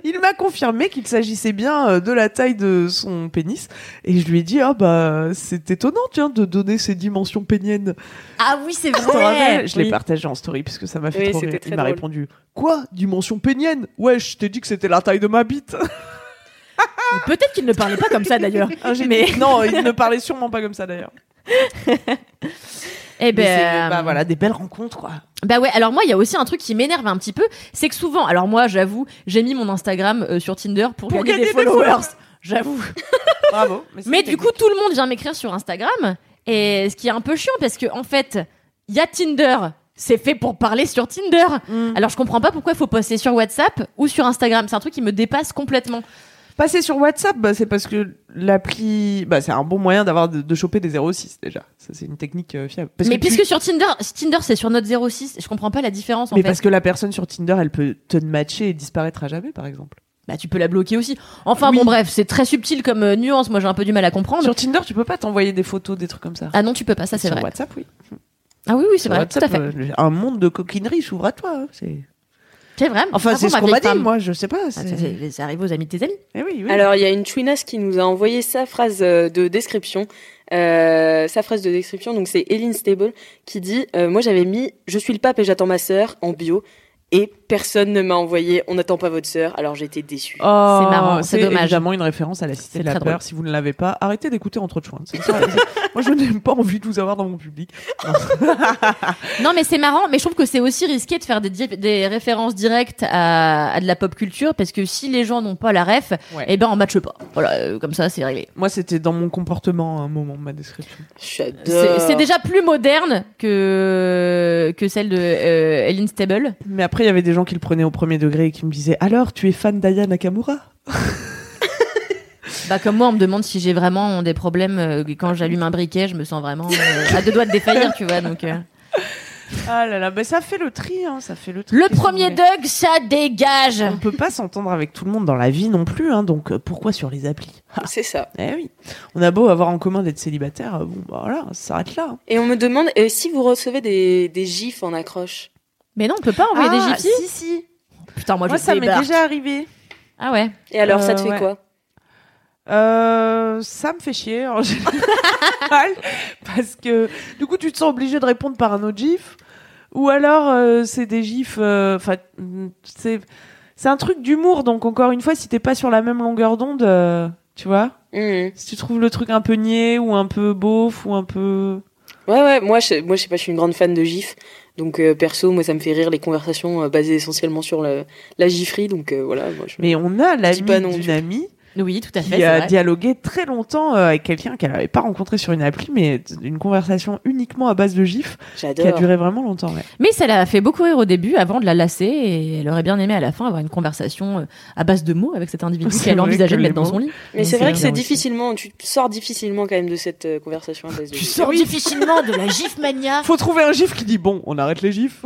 [SPEAKER 5] il m'a confirmé qu'il s'agissait bien euh, de la taille de son pénis et je lui ai dit ah bah c'est étonnant tiens de donner ces dimensions péniennes.
[SPEAKER 3] Ah oui, c'est
[SPEAKER 5] Je te rappelle, je l'ai
[SPEAKER 3] Oui.
[SPEAKER 5] partagé en story parce que ça m'a fait
[SPEAKER 2] Oui,
[SPEAKER 5] trop
[SPEAKER 2] c'était
[SPEAKER 5] rire.
[SPEAKER 2] très
[SPEAKER 5] Il m'a
[SPEAKER 2] drôle.
[SPEAKER 5] répondu quoi dimension pénienne ouais je t'ai dit que c'était la taille de ma bite.
[SPEAKER 3] Mais Peut-être qu'il ne parlait pas comme ça d'ailleurs.
[SPEAKER 5] [laughs] Ah, j'ai
[SPEAKER 3] Mais-
[SPEAKER 5] dit, non il ne parlait sûrement pas comme ça d'ailleurs.
[SPEAKER 3] Eh
[SPEAKER 5] Mais c'est-
[SPEAKER 3] ben,
[SPEAKER 5] bah
[SPEAKER 3] bah,
[SPEAKER 5] voilà des belles rencontres quoi.
[SPEAKER 3] ouais. Alors moi, il y a aussi un truc qui m'énerve un petit peu, c'est que souvent, alors moi, j'avoue, j'ai mis mon Instagram euh, sur Tinder pour,
[SPEAKER 5] Pour
[SPEAKER 3] gagner,
[SPEAKER 5] gagner
[SPEAKER 3] des
[SPEAKER 5] des
[SPEAKER 3] followers.
[SPEAKER 5] followers. [laughs]
[SPEAKER 3] J'avoue.
[SPEAKER 5] Bravo. [laughs] c'est
[SPEAKER 3] Mais
[SPEAKER 5] une
[SPEAKER 3] du
[SPEAKER 5] technique.
[SPEAKER 3] coup, tout le monde vient m'écrire sur Instagram, et ce qui est un peu chiant parce que en fait, il y a Tinder. C'est fait pour parler sur Tinder.
[SPEAKER 5] Mm.
[SPEAKER 3] Alors je comprends pas pourquoi il faut poster sur WhatsApp ou sur Instagram. C'est un truc qui me dépasse complètement.
[SPEAKER 5] Passer sur WhatsApp, bah, c'est parce que l'appli, bah, c'est un bon moyen d'avoir de, de choper des 06 déjà. Ça, c'est une technique euh, fiable. Parce
[SPEAKER 3] Mais
[SPEAKER 5] que tu-
[SPEAKER 3] puisque sur Tinder, Tinder c'est sur notre 06, je comprends pas la différence en
[SPEAKER 5] Mais
[SPEAKER 3] fait.
[SPEAKER 5] parce que la personne sur Tinder, elle peut te matcher et disparaître à jamais, par exemple.
[SPEAKER 3] Bah tu peux la bloquer aussi. Enfin
[SPEAKER 5] Oui.
[SPEAKER 3] bon bref, c'est très subtil comme euh, nuance. Moi j'ai un peu du mal à comprendre.
[SPEAKER 5] Sur Tinder, tu peux pas t'envoyer des photos, des trucs comme ça.
[SPEAKER 3] Ah non, tu peux pas, ça c'est
[SPEAKER 5] Sur
[SPEAKER 3] vrai.
[SPEAKER 5] WhatsApp, oui.
[SPEAKER 3] Ah oui, oui, c'est
[SPEAKER 5] Sur
[SPEAKER 3] vrai,
[SPEAKER 5] WhatsApp,
[SPEAKER 3] tout à fait.
[SPEAKER 5] euh, un monde de coquineries s'ouvre à toi. hein, c'est-
[SPEAKER 3] C'est vrai.
[SPEAKER 5] Enfin,
[SPEAKER 3] Bravo,
[SPEAKER 5] c'est ce
[SPEAKER 3] ma
[SPEAKER 5] qu'on
[SPEAKER 3] vieille
[SPEAKER 5] m'a dit,
[SPEAKER 3] femme.
[SPEAKER 5] moi, je sais pas.
[SPEAKER 3] Ah,
[SPEAKER 5] c'est-
[SPEAKER 3] ça, c'est- ça arrive aux amis de tes amis.
[SPEAKER 5] Eh oui, oui.
[SPEAKER 2] Alors, il y a une Twinas qui nous a envoyé sa phrase euh, de description. Euh, sa phrase de description, donc c'est Eileen Stable qui dit euh, Moi j'avais mis Je suis le pape et j'attends ma sœur en bio. et personne ne m'a envoyé On n'attend pas votre sœur, alors j'étais déçue.
[SPEAKER 3] C'est marrant, c'est dommage.
[SPEAKER 5] Oh, évidemment une référence à la
[SPEAKER 3] C'est
[SPEAKER 5] Cité de la
[SPEAKER 3] très
[SPEAKER 5] Peur.
[SPEAKER 3] drôle.
[SPEAKER 5] Si vous ne l'avez pas, arrêtez d'écouter Entre Chouins. C'est ça, c'est- Moi, je n'ai pas envie de vous avoir dans mon public.
[SPEAKER 3] Non, mais c'est marrant, mais je trouve que c'est aussi risqué de faire des, di- des références directes à, à de la pop culture parce que si les gens n'ont pas la ref,
[SPEAKER 5] Ouais.
[SPEAKER 3] eh ben on matche pas. Voilà, euh, comme ça, c'est réglé.
[SPEAKER 5] Moi, c'était dans mon comportement à un moment, ma description.
[SPEAKER 2] J'adore.
[SPEAKER 5] Euh.
[SPEAKER 3] C'est c'est déjà plus moderne que, que celle de euh, Ellen Stable.
[SPEAKER 5] Mais après, il y avait des gens qui le prenaient au premier degré et qui me disaient Alors, tu es fan d'Aya Nakamura
[SPEAKER 3] Bah, comme moi, on me demande si j'ai vraiment des problèmes euh, quand j'allume un briquet, je me sens vraiment euh, à deux doigts de défaillir, tu vois. Donc, [laughs] euh.
[SPEAKER 5] Ah là là, mais ça fait le tri, hein, ça fait le tri.
[SPEAKER 3] Le
[SPEAKER 5] Qu'est-ce que
[SPEAKER 3] premier
[SPEAKER 5] vous
[SPEAKER 3] Doug, ça dégage
[SPEAKER 5] voulez On peut pas s'entendre avec tout le monde dans la vie non plus, hein, donc euh, pourquoi sur les applis
[SPEAKER 2] [laughs] C'est ça.
[SPEAKER 5] Eh oui, on a beau avoir en commun d'être célibataire, euh, bon bah voilà, ça s'arrête là. hein.
[SPEAKER 2] Et on me demande euh, si vous recevez des, des gifs en accroche.
[SPEAKER 3] Ah, Mais non, on peut pas envoyer des gifs
[SPEAKER 5] Ah, si si.
[SPEAKER 3] Putain, moi,
[SPEAKER 5] Moi
[SPEAKER 3] je
[SPEAKER 5] ça m'est
[SPEAKER 3] débarque.
[SPEAKER 5] déjà arrivé.
[SPEAKER 3] Ah ouais.
[SPEAKER 2] Et alors,
[SPEAKER 5] Euh,
[SPEAKER 2] ça te fait
[SPEAKER 5] ouais.
[SPEAKER 2] quoi
[SPEAKER 5] Euh, ça me fait chier en général [laughs] parce que du coup tu te sens obligé de répondre par un autre gif ou alors euh, c'est des gifs euh, enfin mm, c'est c'est un truc d'humour donc encore une fois si t'es pas sur la même longueur d'onde euh, tu vois
[SPEAKER 2] Mhm.
[SPEAKER 5] si tu trouves le truc un peu niais ou un peu beauf ou un peu
[SPEAKER 2] Ouais, ouais, moi je, moi, je sais pas, je suis une grande fan de GIF. Donc, euh, perso, moi, ça me fait rire les conversations euh, basées essentiellement sur le- la gifferie. Donc, euh, voilà. Moi, je...
[SPEAKER 5] mais on a l'ami
[SPEAKER 2] Dis pas non,
[SPEAKER 5] d'une
[SPEAKER 2] tu-
[SPEAKER 5] amie
[SPEAKER 3] Oui, tout à fait.
[SPEAKER 5] qui
[SPEAKER 3] c'est
[SPEAKER 5] a
[SPEAKER 3] vrai.
[SPEAKER 5] dialogué très longtemps euh, avec quelqu'un qu'elle n'avait pas rencontré sur une appli mais une conversation uniquement à base de gifs qui a
[SPEAKER 2] J'adore.
[SPEAKER 5] duré vraiment longtemps ouais.
[SPEAKER 3] Mais ça l'a fait beaucoup rire au début avant de la lasser et elle aurait bien aimé à la fin avoir une conversation euh, à base de mots avec cet individu
[SPEAKER 5] C'est
[SPEAKER 3] qu'elle
[SPEAKER 5] vrai
[SPEAKER 3] envisageait de
[SPEAKER 5] que
[SPEAKER 3] mettre
[SPEAKER 5] les
[SPEAKER 3] dans son lit.
[SPEAKER 2] Mais
[SPEAKER 3] Donc, euh,
[SPEAKER 2] c'est vrai que c'est
[SPEAKER 3] bien aussi.
[SPEAKER 2] difficilement, tu sors difficilement quand même de cette euh, conversation à base de
[SPEAKER 5] Tu
[SPEAKER 2] GIF.
[SPEAKER 5] sors du
[SPEAKER 7] difficilement de la gif mania.
[SPEAKER 5] Faut trouver un gif qui dit bon, on arrête les gifs.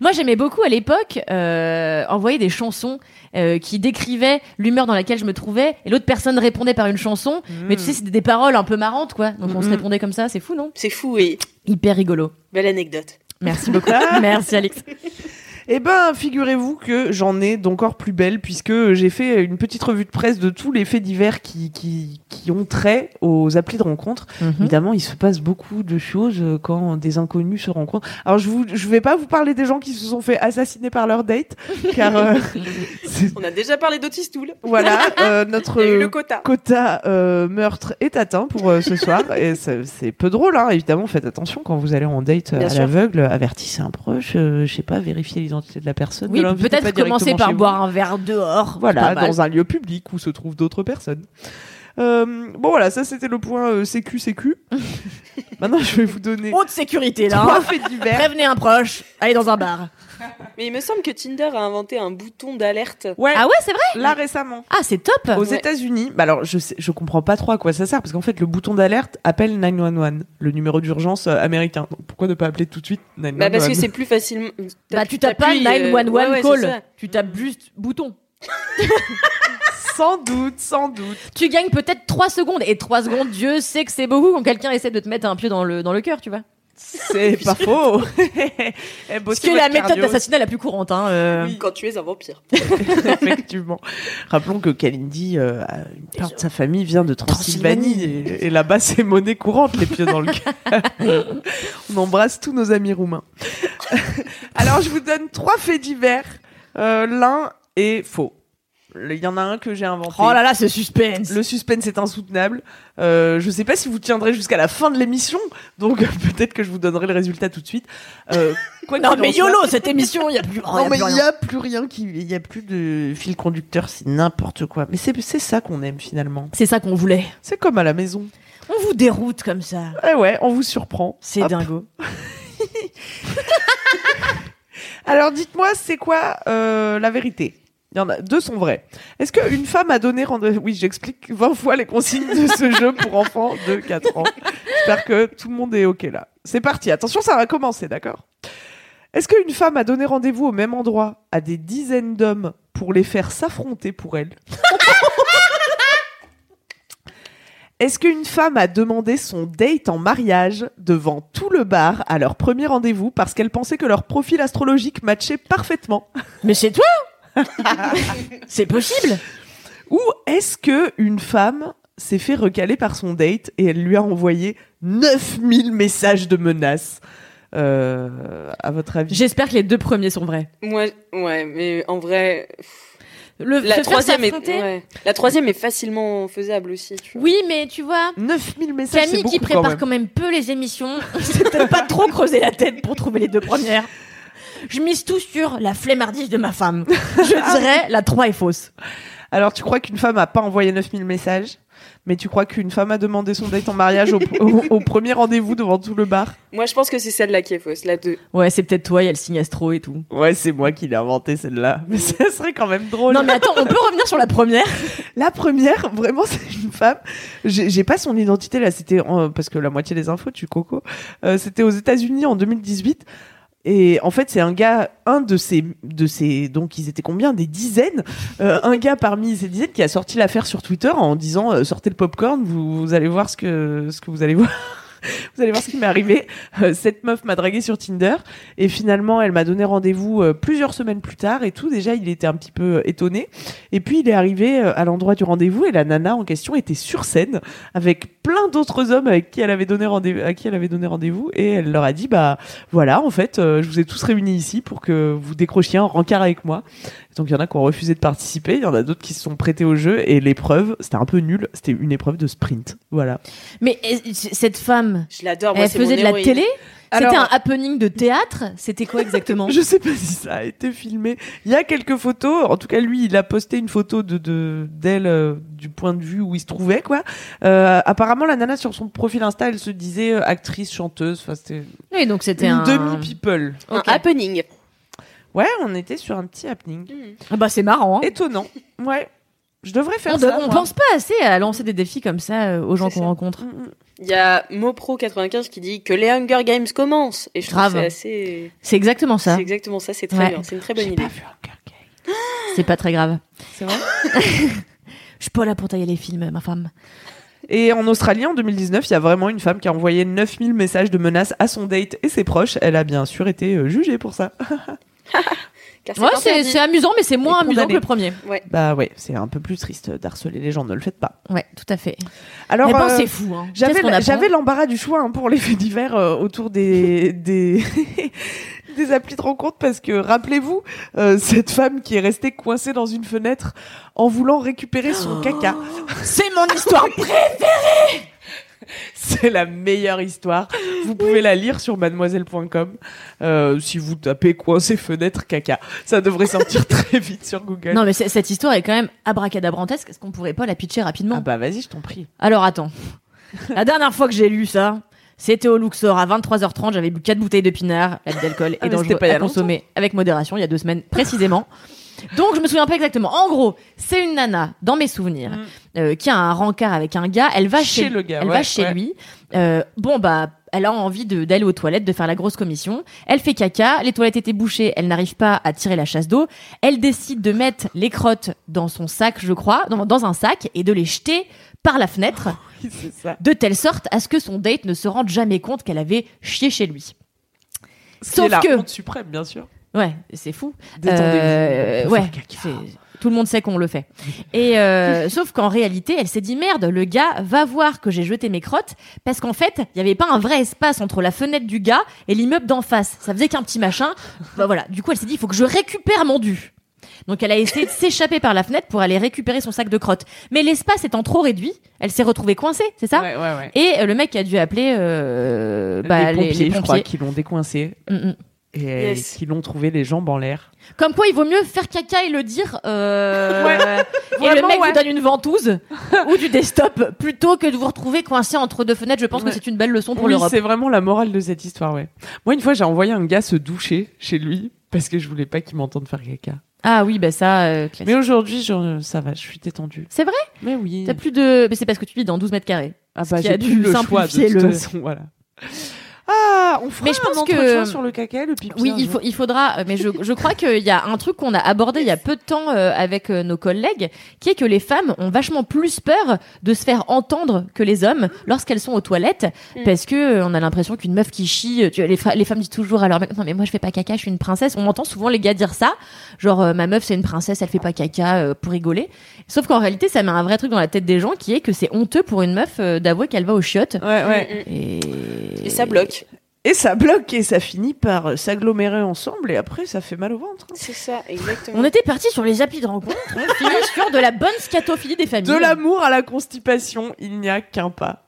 [SPEAKER 3] Moi, j'aimais beaucoup à l'époque euh, envoyer des chansons euh, qui décrivaient l'humeur dans laquelle je me trouvais et l'autre personne répondait par une chanson. Mais
[SPEAKER 5] Hmm.
[SPEAKER 3] tu sais, c'était des paroles un peu marrantes, quoi. Donc on se
[SPEAKER 5] Mhm.
[SPEAKER 3] répondait comme ça, c'est fou, non
[SPEAKER 2] C'est fou et
[SPEAKER 3] Hyper rigolo.
[SPEAKER 2] belle anecdote.
[SPEAKER 3] Merci
[SPEAKER 5] [laughs]
[SPEAKER 3] beaucoup. Merci, Alex.
[SPEAKER 5] Ah. Eh ben, figurez-vous que j'en ai d'encore plus belle puisque j'ai fait une petite revue de presse de tous les faits divers qui, qui, qui ont trait aux applis de rencontre.
[SPEAKER 2] Mmh.
[SPEAKER 3] Mhm.
[SPEAKER 5] Évidemment, il se passe beaucoup de choses euh, quand des inconnus se rencontrent. Alors, je vous, je vais pas vous parler des gens qui se sont fait assassiner par leur
[SPEAKER 2] [laughs]
[SPEAKER 5] date, car euh, c'est-
[SPEAKER 2] On a déjà parlé d'Otistoul.
[SPEAKER 5] voilà euh, notre.
[SPEAKER 2] Il y a eu le quota.
[SPEAKER 5] quota euh, meurtre est atteint pour euh,
[SPEAKER 2] [laughs]
[SPEAKER 5] ce soir. Et c'est c'est peu drôle, hein. évidemment. Faites attention quand vous allez en date euh,
[SPEAKER 2] Bien
[SPEAKER 5] à
[SPEAKER 2] sûr.
[SPEAKER 5] l'aveugle. Avertissez un proche. euh, je sais pas, vérifiez l'identité de la personne.
[SPEAKER 3] Oui,
[SPEAKER 5] ne l'invitez
[SPEAKER 3] peut-être
[SPEAKER 5] pas
[SPEAKER 3] commencer
[SPEAKER 5] directement
[SPEAKER 3] par
[SPEAKER 5] chez vous.
[SPEAKER 3] boire un verre dehors.
[SPEAKER 5] Voilà,
[SPEAKER 3] C'est pas mal.
[SPEAKER 5] dans un lieu public où se trouvent d'autres personnes. Euh, bon voilà, ça c'était le point euh,
[SPEAKER 3] [laughs]
[SPEAKER 5] CQ CQ. Maintenant, je vais vous donner
[SPEAKER 3] Haute sécurité, Oh là.
[SPEAKER 5] trois
[SPEAKER 3] hein.
[SPEAKER 5] faits divers.
[SPEAKER 3] Prévenez un proche. Allez dans un bar.
[SPEAKER 2] Mais il me semble que Tinder a inventé un bouton d'alerte.
[SPEAKER 5] Ouais,
[SPEAKER 3] Ah ouais, c'est vrai
[SPEAKER 5] là récemment.
[SPEAKER 3] Ah, c'est top.
[SPEAKER 5] Aux
[SPEAKER 2] Ouais.
[SPEAKER 5] États-Unis, bah alors je sais, je comprends pas trop à quoi ça sert parce qu'en fait le bouton d'alerte appelle 911, le numéro d'urgence euh, américain. Donc, pourquoi ne pas appeler tout de suite 911
[SPEAKER 2] Bah parce que c'est plus facilement.
[SPEAKER 3] Bah, tu tapes pas
[SPEAKER 2] t'appuies, euh,
[SPEAKER 3] 911
[SPEAKER 2] ouais, ouais, c'est ça.
[SPEAKER 3] call. Tu tapes juste bouton.
[SPEAKER 5] [laughs] sans doute, sans doute.
[SPEAKER 3] Tu gagnes peut-être 3 secondes. Et 3 secondes, Dieu sait que c'est beaucoup quand quelqu'un essaie de te mettre un pied dans le, dans le cœur, tu vois. [laughs]
[SPEAKER 5] C'est pas faux. [laughs] Eh,
[SPEAKER 3] Parce que la méthode d'assassinat la plus courante, hein. euh.
[SPEAKER 2] Quand tu es un vampire.
[SPEAKER 5] [laughs] Effectivement. Rappelons que Kalindi, euh, a une part de sa famille vient de Transylvanie, et, et là-bas c'est monnaie courante les pieds dans le
[SPEAKER 3] [laughs]
[SPEAKER 5] cœur. On embrasse tous nos amis roumains. [laughs] Alors je vous donne trois faits divers. Euh, L'un est faux. Il y en a un que j'ai inventé.
[SPEAKER 3] Oh là là, ce suspense.
[SPEAKER 5] Le suspense est insoutenable. Euh, je sais pas si vous tiendrez jusqu'à la fin de l'émission, donc [laughs] peut-être que je vous donnerai le résultat tout de suite. Euh, quoi
[SPEAKER 3] Non
[SPEAKER 5] qu'il
[SPEAKER 3] mais
[SPEAKER 5] en soit-
[SPEAKER 3] YOLO, cette émission, il y a [laughs] plus. oh, y
[SPEAKER 5] non,
[SPEAKER 3] a
[SPEAKER 5] mais
[SPEAKER 3] plus
[SPEAKER 5] il
[SPEAKER 3] rien.
[SPEAKER 5] n'y a plus rien, qui- il n'y a plus de fil conducteur, c'est n'importe quoi. Mais c'est c'est ça qu'on aime finalement.
[SPEAKER 3] C'est ça qu'on voulait.
[SPEAKER 5] C'est comme à la maison.
[SPEAKER 3] On vous déroute comme ça.
[SPEAKER 5] Eh ouais, on vous surprend.
[SPEAKER 3] C'est
[SPEAKER 5] Hop.
[SPEAKER 3] dingo.
[SPEAKER 5] [laughs] Alors dites-moi, c'est quoi euh, la vérité il y en a deux sont vrais. Est-ce qu'une femme a donné rendez-vous Oui, j'explique 20 fois les consignes de ce jeu pour enfants de 4 ans. J'espère que tout le monde est OK là. C'est parti. Attention, ça va commencer, d'accord Est-ce qu'une femme a donné rendez-vous au même endroit à des dizaines d'hommes pour les faire s'affronter pour elle Est-ce qu'une femme a demandé son date en mariage devant tout le bar à leur premier rendez-vous parce qu'elle pensait que leur profil astrologique matchait parfaitement
[SPEAKER 3] Mais c'est toi [laughs] C'est possible
[SPEAKER 5] Ou est-ce que une femme s'est fait recaler par son date et elle lui a envoyé 9000 messages de menaces euh, à votre avis
[SPEAKER 3] J'espère que les deux premiers sont vrais.
[SPEAKER 2] Moi, ouais, mais en vrai,
[SPEAKER 3] Le se
[SPEAKER 2] la
[SPEAKER 3] faire
[SPEAKER 2] troisième, est,
[SPEAKER 3] s'affronter-
[SPEAKER 2] ouais. la troisième est facilement faisable aussi. Tu vois.
[SPEAKER 3] Oui, mais tu vois,
[SPEAKER 5] 9000 messages, c'est
[SPEAKER 3] Camille qui
[SPEAKER 5] beaucoup quand
[SPEAKER 3] prépare
[SPEAKER 5] même.
[SPEAKER 3] quand même. peu les émissions, [laughs] c'est peut-être pas trop creuser la tête pour trouver les deux premières. Je mise tout sur la flemmardise de ma femme. [laughs] Je dirais la 3 est fausse.
[SPEAKER 5] Alors, tu crois qu'une femme a pas envoyé 9000 messages, mais tu crois qu'une femme a demandé son date en mariage au, [laughs] au- au premier rendez-vous devant tout le bar
[SPEAKER 2] Moi, je pense que c'est celle-là qui est fausse, la 2.
[SPEAKER 3] Ouais, c'est peut-être toi, il y a le signe astro et tout.
[SPEAKER 5] Ouais, c'est moi qui l'ai inventé celle-là. [laughs] Mais ça serait quand même drôle.
[SPEAKER 3] Non mais attends, on peut revenir sur la première
[SPEAKER 5] La première, vraiment, [laughs] c'est une femme. J'ai j'ai pas son identité là, c'était en- parce que la moitié des infos, tu coco. Euh, c'était aux États-Unis en 2018. Et en fait, c'est un gars, un de ces, de ces, donc ils étaient combien, des dizaines, Euh, un gars parmi ces dizaines qui a sorti l'affaire sur Twitter en disant euh, sortez le popcorn, vous, vous allez voir ce que, ce que vous allez voir, [laughs] vous allez voir ce qui m'est arrivé. Euh, cette meuf m'a dragué sur Tinder et finalement elle m'a donné rendez-vous euh, plusieurs semaines plus tard et tout. Déjà, il était un petit peu étonné. Et puis il est arrivé euh, à l'endroit du rendez-vous et la nana en question était sur scène avec plein d'autres hommes avec qui elle avait donné rendez-vous, à qui elle avait donné rendez-vous et elle leur a dit bah voilà en fait euh, je vous ai tous réunis ici pour que vous décrochiez un rencard avec moi. Donc il y en a qui ont refusé de participer, il y en a d'autres qui se sont prêtés au jeu et l'épreuve c'était un peu nul, c'était une épreuve de sprint. Voilà.
[SPEAKER 3] Mais est- cette femme,
[SPEAKER 2] Je l'adore. Ah, moi,
[SPEAKER 3] elle
[SPEAKER 2] c'est
[SPEAKER 3] faisait
[SPEAKER 2] mon
[SPEAKER 3] de la
[SPEAKER 2] héroïne.
[SPEAKER 3] télé C'était
[SPEAKER 5] Alors-
[SPEAKER 3] un happening de théâtre C'était quoi exactement
[SPEAKER 5] [laughs] Je sais pas si ça a été filmé. Il y a quelques photos. En tout cas, lui, il a posté une photo de de- d'elle euh, du point de vue où il se trouvait, quoi. Euh, apparemment, la nana sur son profil Insta, elle se disait euh, actrice, chanteuse. Enfin, c'était
[SPEAKER 3] [laughs] Oui, donc c'était
[SPEAKER 5] une
[SPEAKER 3] un...
[SPEAKER 5] demi people.
[SPEAKER 2] Un
[SPEAKER 3] Ok.
[SPEAKER 2] happening.
[SPEAKER 5] Ouais, on était sur un petit happening.
[SPEAKER 3] Ah bah c'est marrant. hein.
[SPEAKER 5] Étonnant. Ouais. Je devrais faire
[SPEAKER 3] On,
[SPEAKER 5] ça. hein.
[SPEAKER 3] on
[SPEAKER 5] moi.
[SPEAKER 3] pense pas assez à lancer des défis comme ça euh, aux gens
[SPEAKER 2] C'est
[SPEAKER 3] qu'on
[SPEAKER 2] ça.
[SPEAKER 3] rencontre.
[SPEAKER 5] Mm, mm.
[SPEAKER 2] Il y a Mopro95 qui dit que les Hunger Games commencent. Et je trouve
[SPEAKER 3] Grave.
[SPEAKER 2] que c'est assez.
[SPEAKER 3] C'est exactement ça.
[SPEAKER 2] C'est exactement ça, c'est très
[SPEAKER 3] Ouais.
[SPEAKER 2] bien. C'est une très bonne
[SPEAKER 5] J'ai
[SPEAKER 2] idée.
[SPEAKER 5] pas vu Hunger Games.
[SPEAKER 3] C'est pas très grave.
[SPEAKER 5] C'est vrai.
[SPEAKER 3] Je suis pas là pour tailler les films, ma femme.
[SPEAKER 5] Et en Australie, en 2019, il y a vraiment une femme qui a envoyé 9000 messages de menaces à son date et ses proches. Elle a bien sûr été euh, jugée pour ça.
[SPEAKER 2] Car
[SPEAKER 3] Ouais, c'est
[SPEAKER 2] interdit.
[SPEAKER 3] c'est amusant, mais c'est moins
[SPEAKER 5] Et
[SPEAKER 3] amusant que
[SPEAKER 5] condamné.
[SPEAKER 3] le premier.
[SPEAKER 5] Bah ouais, c'est un peu plus triste d'harceler les gens, ne le faites pas.
[SPEAKER 3] Ouais, tout à fait.
[SPEAKER 5] Alors,
[SPEAKER 3] Eh ben,
[SPEAKER 5] euh,
[SPEAKER 3] c'est fou. Hein.
[SPEAKER 5] j'avais,
[SPEAKER 3] Qu'est-ce qu'on apprend
[SPEAKER 5] j'avais l'embarras du choix hein, pour les faits divers euh, autour des, [laughs] des, des applis de rencontre parce que, rappelez-vous, euh, cette femme qui est restée coincée dans une fenêtre en voulant récupérer
[SPEAKER 3] Oh.
[SPEAKER 5] son caca.
[SPEAKER 3] [laughs] C'est mon histoire.
[SPEAKER 5] C'est la meilleure histoire. Vous pouvez la lire sur mademoiselle.com. Euh, si vous tapez coincée fenêtre caca, ça devrait sortir [laughs] très vite sur Google.
[SPEAKER 3] non, mais c'est- cette histoire est quand même abracadabrantesque. Est-ce qu'on pourrait pas la pitcher rapidement
[SPEAKER 5] Ah bah vas-y, je t'en prie.
[SPEAKER 3] Alors
[SPEAKER 5] [laughs]
[SPEAKER 3] attends. La dernière fois que j'ai lu ça, c'était au Luxor à 23h30. J'avais bu 4 bouteilles de pinard. L'abus d'alcool
[SPEAKER 5] Ah, mais
[SPEAKER 3] est dangereux
[SPEAKER 5] c'était pas il y a
[SPEAKER 3] à consommer avec modération il y a deux semaines précisément. [laughs] Donc je me souviens pas exactement. En gros, c'est une nana dans mes souvenirs euh, qui a un rencard avec un gars. Elle va chez,
[SPEAKER 5] Chez Mm. le gars,
[SPEAKER 3] elle
[SPEAKER 5] Ah ouais,
[SPEAKER 3] va chez
[SPEAKER 5] ouais.
[SPEAKER 3] lui. Euh, bon bah. Elle a envie de- d'aller aux toilettes, de faire la grosse commission. Elle fait caca, les toilettes étaient bouchées, elle n'arrive pas à tirer la chasse d'eau. Elle décide de mettre les crottes dans son sac, je crois, dans, dans un sac, et de les jeter par la fenêtre
[SPEAKER 5] Oui, [laughs] c'est ça.
[SPEAKER 3] de telle sorte à ce que son date ne se rende jamais compte qu'elle avait chié chez lui.
[SPEAKER 5] C'est
[SPEAKER 3] Sauf
[SPEAKER 5] la
[SPEAKER 3] que-
[SPEAKER 5] honte suprême, bien sûr.
[SPEAKER 3] Ouais, c'est fou.
[SPEAKER 5] Détendez-vous.
[SPEAKER 3] Euh,
[SPEAKER 5] On peut
[SPEAKER 3] ouais,
[SPEAKER 5] faire caca.
[SPEAKER 3] c'est- tout le monde sait qu'on le fait. Et
[SPEAKER 5] [laughs]
[SPEAKER 3] euh, sauf qu'en réalité, elle s'est dit merde, le gars va voir que j'ai jeté mes crottes parce qu'en fait, il n'y avait pas un vrai espace entre la fenêtre du gars et l'immeuble d'en face. Ça faisait qu'un petit machin. Bah voilà. Du coup, elle s'est dit il faut que je récupère mon dû. Donc elle a essayé de s'échapper par la fenêtre pour aller récupérer son sac de crottes. Mais l'espace étant trop réduit, elle s'est retrouvée coincée, c'est ça
[SPEAKER 5] Ouais, ouais, ouais.
[SPEAKER 3] Et euh, le mec a dû appeler euh, bah,
[SPEAKER 5] les,
[SPEAKER 3] les, les
[SPEAKER 5] pompiers, je crois,
[SPEAKER 3] pompiers.
[SPEAKER 5] qui l'ont décoincé
[SPEAKER 3] Mm, mm.
[SPEAKER 5] et
[SPEAKER 2] Yes.
[SPEAKER 5] qui l'ont trouvé les jambes en l'air.
[SPEAKER 3] Comme quoi, il vaut mieux faire caca et le dire. euh, et
[SPEAKER 5] [laughs]
[SPEAKER 3] le
[SPEAKER 5] Vraiment,
[SPEAKER 3] mec
[SPEAKER 5] ouais.
[SPEAKER 3] vous donne une
[SPEAKER 5] [laughs]
[SPEAKER 3] ventouse ou du desktop plutôt que de vous retrouver coincé entre deux fenêtres. Je pense
[SPEAKER 5] Ouais.
[SPEAKER 3] que c'est une belle leçon pour
[SPEAKER 5] oui,
[SPEAKER 3] l'Europe.
[SPEAKER 5] c'est vraiment la morale de cette histoire, ouais. Moi, une fois, j'ai envoyé un gars se doucher chez lui parce que je voulais pas qu'il m'entende faire caca.
[SPEAKER 3] Ah oui, bah ça, euh, classique.
[SPEAKER 5] Mais aujourd'hui, je- ça va, je suis détendue.
[SPEAKER 3] C'est vrai
[SPEAKER 5] Mais oui.
[SPEAKER 3] T'as plus de. Mais c'est parce que tu vis dans 12 mètres carrés.
[SPEAKER 5] Ah
[SPEAKER 3] ce
[SPEAKER 5] bah,
[SPEAKER 3] qui a
[SPEAKER 5] j'ai
[SPEAKER 3] dû
[SPEAKER 5] plus le choix de
[SPEAKER 3] simplifier
[SPEAKER 5] toute
[SPEAKER 3] le-
[SPEAKER 5] façon, voilà. Ah, on fera
[SPEAKER 3] Mais je
[SPEAKER 5] un
[SPEAKER 3] pense
[SPEAKER 5] entretien
[SPEAKER 3] que-
[SPEAKER 5] sur le caca, et le pipi.
[SPEAKER 3] Oui,
[SPEAKER 5] un
[SPEAKER 3] il,
[SPEAKER 5] jour.
[SPEAKER 3] faut, il faudra. euh, Mais je, je crois qu'il y a un truc qu'on a abordé il y a peu de temps euh, avec euh, nos collègues, qui est que les femmes ont vachement plus peur de se faire entendre que les hommes lorsqu'elles sont aux toilettes,
[SPEAKER 2] Mm.
[SPEAKER 3] parce que euh, on a l'impression qu'une meuf qui chie, euh, tu vois, les, fra- les femmes disent toujours alors non mais moi je fais pas caca, je suis une princesse. On entend souvent les gars dire ça, genre euh, ma meuf c'est une princesse, elle fait pas caca euh, pour rigoler. Sauf qu'en réalité ça met un vrai truc dans la tête des gens qui est que c'est honteux pour une meuf euh, d'avouer qu'elle va aux chiottes.
[SPEAKER 5] Ouais, ouais.
[SPEAKER 2] Mm, mm.
[SPEAKER 3] Et...
[SPEAKER 2] Et ça bloque.
[SPEAKER 5] Et ça bloque et ça finit par euh, s'agglomérer ensemble et après ça fait mal au ventre. hein.
[SPEAKER 2] C'est ça, exactement.
[SPEAKER 7] On était parti sur les applis de rencontre, on
[SPEAKER 5] [laughs]
[SPEAKER 7] finit sur de la bonne scatophilie des familles.
[SPEAKER 5] De l'amour à la constipation, il n'y a qu'un pas.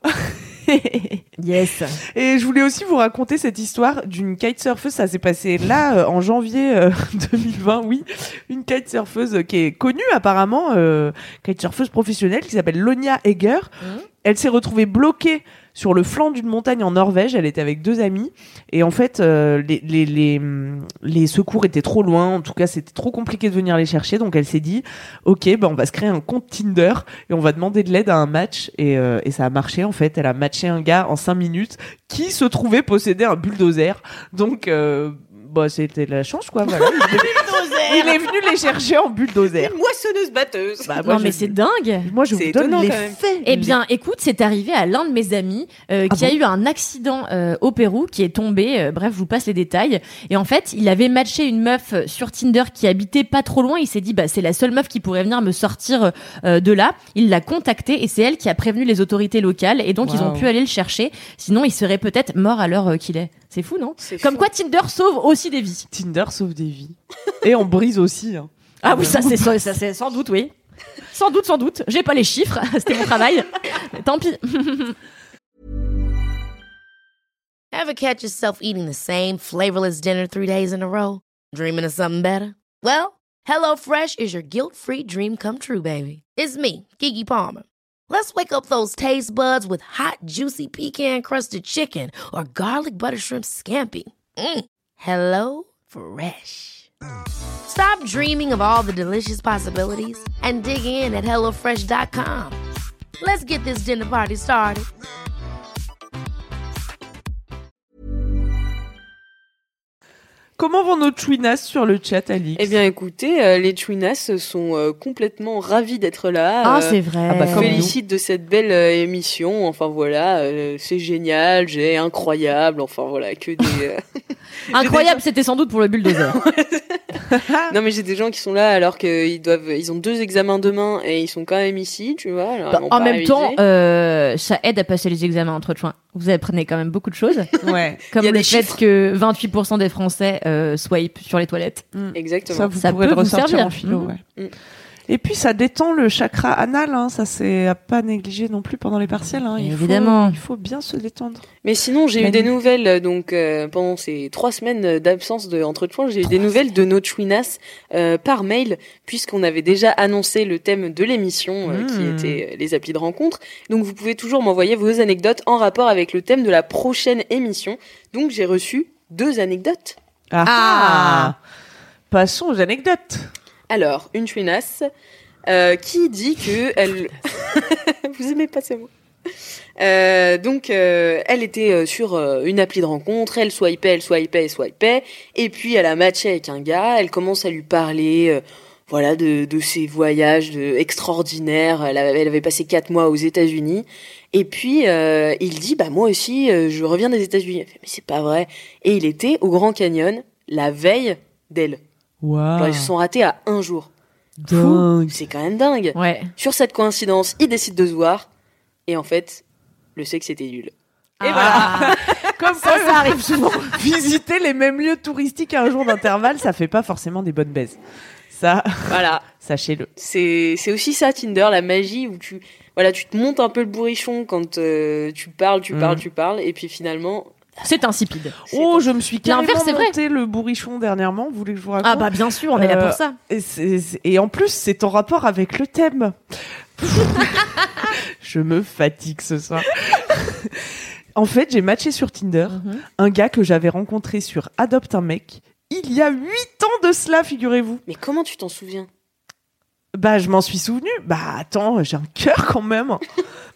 [SPEAKER 7] Yes.
[SPEAKER 5] Et je voulais aussi vous raconter cette histoire d'une kitesurfeuse. Ça s'est passé là euh, en janvier euh, [laughs] 2020, oui. Une kitesurfeuse qui est connue apparemment, euh, kitesurfeuse professionnelle qui s'appelle Lonia Egger.
[SPEAKER 3] Mhm.
[SPEAKER 5] Elle s'est retrouvée bloquée sur le flanc d'une montagne en Norvège. Elle était avec deux amis. Et en fait, euh, les, les, les, hum, les secours étaient trop loin. En tout cas, c'était trop compliqué de venir les chercher. Donc elle s'est dit, ok, ben on va se créer un compte Tinder et on va demander de l'aide à un match. Et, euh, et ça a marché en fait. Elle a matché un gars en 5 minutes qui se trouvait posséder un bulldozer. Donc, euh, bah, c'était de la chance quoi. Voilà. Il est- Il est venu les chercher en bulldozer.
[SPEAKER 2] Une moissonneuse batteuse.
[SPEAKER 5] Bah, moi,
[SPEAKER 3] Non, mais
[SPEAKER 5] je-
[SPEAKER 3] c'est dingue.
[SPEAKER 5] Moi, je
[SPEAKER 2] C'est
[SPEAKER 5] vous donne
[SPEAKER 2] étonnant,
[SPEAKER 5] les
[SPEAKER 2] quand même.
[SPEAKER 5] faits.
[SPEAKER 3] Eh bien, écoute, c'est arrivé à l'un de mes amis euh, qui
[SPEAKER 5] Ah
[SPEAKER 3] a eu un accident euh, au Pérou, qui est tombé. euh, bref, je vous passe les détails. Et en fait, il avait matché une meuf euh, sur Tinder qui habitait pas trop loin. Il s'est dit, bah, c'est la seule meuf qui pourrait venir me sortir euh, de là. Il l'a contactée et c'est elle qui a prévenu les autorités locales. Et donc, ils ont
[SPEAKER 5] Wow.
[SPEAKER 3] pu aller le chercher. Sinon, il serait peut-être mort à l'heure euh, qu'il est. C'est fou, non
[SPEAKER 2] C'est
[SPEAKER 3] Comme
[SPEAKER 2] fou.
[SPEAKER 3] quoi, Tinder sauve aussi des vies.
[SPEAKER 5] Tinder sauve des vies. Et on brise aussi. hein.
[SPEAKER 3] Ah oui, ça c'est ça, ça, c'est sans doute, oui. Sans doute, sans doute. J'ai pas les chiffres, [laughs] c'était mon travail. Mais Tant pis.
[SPEAKER 8] Ever catch yourself eating the same flavorless dinner three days in a row? Dreaming of something better? Well, HelloFresh is your guilt free dream come true, baby. It's me, Gigi Palmer. Let's wake up those taste buds with hot, juicy pecan crusted chicken or garlic butter shrimp scampi. Mm. Hello Fresh. Stop dreaming of all the delicious possibilities and dig in at HelloFresh.com. Let's get this dinner party started.
[SPEAKER 5] Comment vont nos chouinas sur le chat, Alix
[SPEAKER 2] Eh bien, écoutez, euh, les Chouinas sont euh, complètement ravis d'être là.
[SPEAKER 3] Ah,
[SPEAKER 2] euh,
[SPEAKER 3] c'est vrai.
[SPEAKER 5] ah bah, comme nous.
[SPEAKER 2] félicite de cette belle euh, émission. Enfin voilà, euh, c'est génial, j'ai incroyable. Enfin voilà, que des. euh,
[SPEAKER 3] Incroyable, c'était sans doute pour le [laughs] bulldozer.
[SPEAKER 2] Non mais j'ai des gens qui sont là alors qu'ils doivent, ils ont deux examens demain et ils sont quand même ici, tu vois. alors ils
[SPEAKER 3] Bah,
[SPEAKER 2] n'ont
[SPEAKER 3] en
[SPEAKER 2] pas
[SPEAKER 3] même
[SPEAKER 2] révisé.
[SPEAKER 3] temps, euh, ça aide à passer les examens entre chouins. Vous apprenez quand même beaucoup de [laughs] choses,
[SPEAKER 5] [laughs] Ouais.
[SPEAKER 3] comme
[SPEAKER 2] Il y a
[SPEAKER 3] le
[SPEAKER 2] des
[SPEAKER 3] fait
[SPEAKER 2] chiffres.
[SPEAKER 3] que 28% des Français euh, swipe sur les toilettes.
[SPEAKER 2] exactement.
[SPEAKER 5] Hmm. Ça, vous
[SPEAKER 3] Ça
[SPEAKER 5] pourrez
[SPEAKER 3] peut
[SPEAKER 5] le
[SPEAKER 3] vous
[SPEAKER 5] ressortir
[SPEAKER 3] servir.
[SPEAKER 5] en philo.
[SPEAKER 3] Mhm.
[SPEAKER 5] ouais.
[SPEAKER 2] Mhm.
[SPEAKER 5] Et puis, ça détend le chakra anal. hein, Ça, c'est à pas négliger non plus pendant les partiels. hein, il faut-
[SPEAKER 3] Évidemment.
[SPEAKER 5] il faut bien se détendre.
[SPEAKER 2] Mais sinon, j'ai eu
[SPEAKER 5] Manu.
[SPEAKER 2] des nouvelles euh, donc euh, pendant ces trois semaines euh, d'absence de entre points, j'ai eu des nouvelles de nos chouinas euh, par mail puisqu'on avait déjà annoncé le thème de l'émission euh, qui
[SPEAKER 3] Hmm.
[SPEAKER 5] Mmh.
[SPEAKER 2] était euh, les applis de rencontre. Donc vous pouvez toujours m'envoyer vos anecdotes en rapport avec le thème de la prochaine émission. Donc j'ai reçu deux anecdotes.
[SPEAKER 5] Ah,
[SPEAKER 3] Ah.
[SPEAKER 5] Passons aux anecdotes.
[SPEAKER 2] Alors, une chouinasse euh, qui dit que elle. [laughs] Vous aimez pas ce mot Euh, donc, euh, elle était euh, sur euh, une appli de rencontre, elle swipait, elle swipait, elle swipait, et puis elle a matché avec un gars, elle commence à lui parler, euh, voilà, de, de ses voyages de- extraordinaires, elle avait, elle avait passé quatre mois aux États-Unis, et puis euh, il dit, bah moi aussi, euh, je reviens des États-Unis. Elle fait, mais c'est pas vrai. Et il était au Grand Canyon la veille d'elle. Alors,
[SPEAKER 5] Waouh.
[SPEAKER 2] Bah, ils se sont ratés à un jour.
[SPEAKER 5] Dingue.
[SPEAKER 2] C'est quand même dingue.
[SPEAKER 3] Ouais.
[SPEAKER 2] Sur cette coïncidence, ils décident de se voir. Et en fait, le sexe était nul. Et
[SPEAKER 5] Comme ça, ça arrive souvent. [laughs] Visiter les mêmes lieux touristiques à un jour d'intervalle, ça fait pas forcément des bonnes baises. Ça, [laughs]
[SPEAKER 2] Voilà.
[SPEAKER 5] sachez-le.
[SPEAKER 2] C'est c'est aussi ça, Tinder, la magie où tu, voilà, tu te montes un peu le bourrichon quand euh, tu parles, tu parles,
[SPEAKER 5] Mhm.
[SPEAKER 2] tu parles. Et puis finalement.
[SPEAKER 3] C'est insipide.
[SPEAKER 2] c'est-
[SPEAKER 5] Oh, je me suis carrément
[SPEAKER 3] L'inverse, c'est vrai.
[SPEAKER 5] monté le bourrichon dernièrement. Vous voulez que je vous raconte
[SPEAKER 3] Ah bah bien sûr, on est là
[SPEAKER 5] Euh,
[SPEAKER 3] pour ça.
[SPEAKER 5] Et, c'est- c'est- et en plus, c'est en rapport avec le thème. [laughs] Je me fatigue ce soir. en fait, j'ai matché sur Tinder
[SPEAKER 3] Mhm.
[SPEAKER 5] un gars que j'avais rencontré sur Adopte un mec il y a 8 ans de cela, figurez-vous.
[SPEAKER 2] Mais comment tu t'en souviens
[SPEAKER 5] Bah, je m'en suis souvenu. Bah, attends, j'ai un cœur quand même.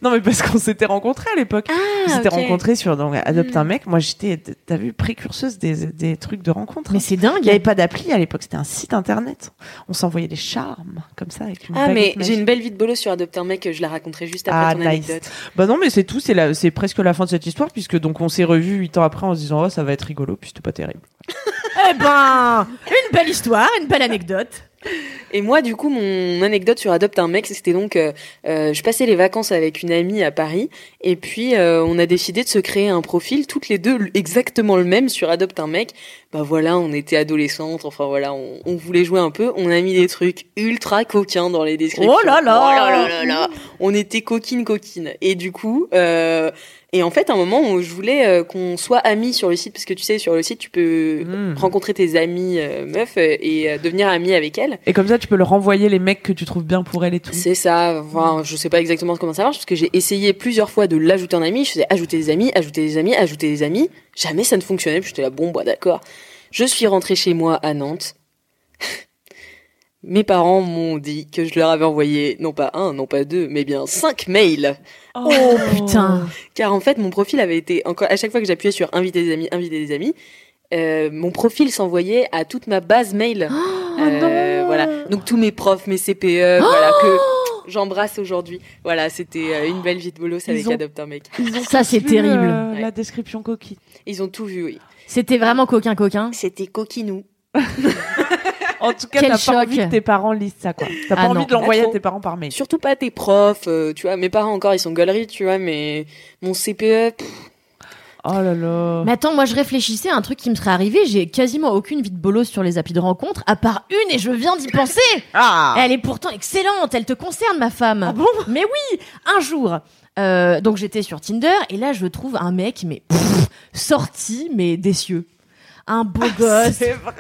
[SPEAKER 5] non, mais parce qu'on s'était rencontrés à l'époque.
[SPEAKER 3] Ah,
[SPEAKER 5] on s'était
[SPEAKER 2] ok.
[SPEAKER 5] rencontrés sur donc,
[SPEAKER 3] Hmm.
[SPEAKER 5] Adopte un mec. Moi, j'étais, t'as vu, précurseuse des, des trucs de rencontre.
[SPEAKER 3] Mais c'est dingue.
[SPEAKER 5] Il n'y avait pas d'appli à l'époque, c'était un site internet. On s'envoyait des charmes comme ça avec une
[SPEAKER 2] Ah, mais
[SPEAKER 5] baguette
[SPEAKER 2] j'ai une
[SPEAKER 5] magique.
[SPEAKER 2] belle vie de bolos sur Adopt un mec, je la raconterai juste après
[SPEAKER 5] Ah,
[SPEAKER 2] ton
[SPEAKER 5] nice.
[SPEAKER 2] anecdote.
[SPEAKER 5] Bah non, mais c'est tout, c'est la- c'est presque la fin de cette histoire puisque donc on s'est revus huit ans après en se disant oh ça va être rigolo puis c'était pas terrible.
[SPEAKER 3] Eh ben, une belle histoire, une belle anecdote.
[SPEAKER 2] Et moi, du coup, mon anecdote sur Adopte un mec, c'était donc, euh, euh, je passais les vacances avec une amie à Paris, et puis euh, on a décidé de se créer un profil, toutes les deux l- exactement le même sur Adopte un mec. Bah voilà, on était adolescentes, enfin voilà, on, on voulait jouer un peu, on a mis des trucs ultra coquins dans les descriptions.
[SPEAKER 7] Oh là là
[SPEAKER 2] Oh là là là. On était coquine coquine. Et du coup, euh, et en fait, à un moment, on- je voulais euh, qu'on soit amis sur le site, parce que tu sais, sur le site, tu peux
[SPEAKER 7] Hmm.
[SPEAKER 5] Mm.
[SPEAKER 2] rencontrer tes amis euh, meufs euh, et euh, devenir ami avec elles.
[SPEAKER 5] Et comme ça, tu peux leur envoyer les mecs que tu trouves bien pour elle et tout.
[SPEAKER 2] C'est ça. Enfin, je sais pas exactement comment ça marche parce que j'ai essayé plusieurs fois de l'ajouter en ami. Je faisais ajouter des amis, ajouter des amis, ajouter des amis. Jamais ça ne fonctionnait. puis J'étais là, bon, bah d'accord. Je suis rentrée chez moi à Nantes. [laughs] Mes parents m'ont dit que je leur avais envoyé non pas un, non pas deux, mais bien cinq mails.
[SPEAKER 5] Oh
[SPEAKER 7] Putain.
[SPEAKER 2] Car en fait, mon profil avait été encore à chaque fois que j'appuyais sur inviter des amis, inviter des amis, euh, mon profil s'envoyait à toute ma base mail. [gasps] Euh, voilà. Donc tous mes profs, mes [gasps] CPE, voilà que j'embrasse aujourd'hui. Voilà, c'était euh, une belle vie de bolos avec
[SPEAKER 5] ont-
[SPEAKER 2] Adopt un mec.
[SPEAKER 7] Ça, c'est
[SPEAKER 3] euh.
[SPEAKER 7] terrible.
[SPEAKER 5] euh, La description coquille.
[SPEAKER 2] Ils ont tout vu, oui.
[SPEAKER 3] C'était vraiment coquin coquin.
[SPEAKER 2] C'était coquinou.
[SPEAKER 5] En tout cas,
[SPEAKER 3] Quel
[SPEAKER 5] t'as
[SPEAKER 3] choc.
[SPEAKER 5] pas envie que tes parents lisent ça, quoi. T'as pas
[SPEAKER 3] Ah
[SPEAKER 5] envie
[SPEAKER 3] non.
[SPEAKER 5] de l'envoyer à
[SPEAKER 2] Trop.
[SPEAKER 5] tes parents par mail.
[SPEAKER 2] Surtout pas tes profs, euh, tu vois. Mes parents encore, ils sont galeries, tu vois. Mais mon E, CPE, pff,
[SPEAKER 5] Oh là là.
[SPEAKER 3] Mais attends, moi je réfléchissais à un truc qui me serait arrivé. J'ai quasiment aucune vie de bolos sur les applis de rencontre, à part une, et je viens
[SPEAKER 5] [laughs]
[SPEAKER 3] d'y penser.
[SPEAKER 5] Ah
[SPEAKER 3] Elle est pourtant excellente, elle te concerne, ma femme.
[SPEAKER 5] Ah bon
[SPEAKER 3] mais oui, un jour. euh, donc j'étais sur Tinder et là je trouve un mec mais pff, sorti mais des cieux. Un beau gosse,
[SPEAKER 5] Ah, C'est vrai.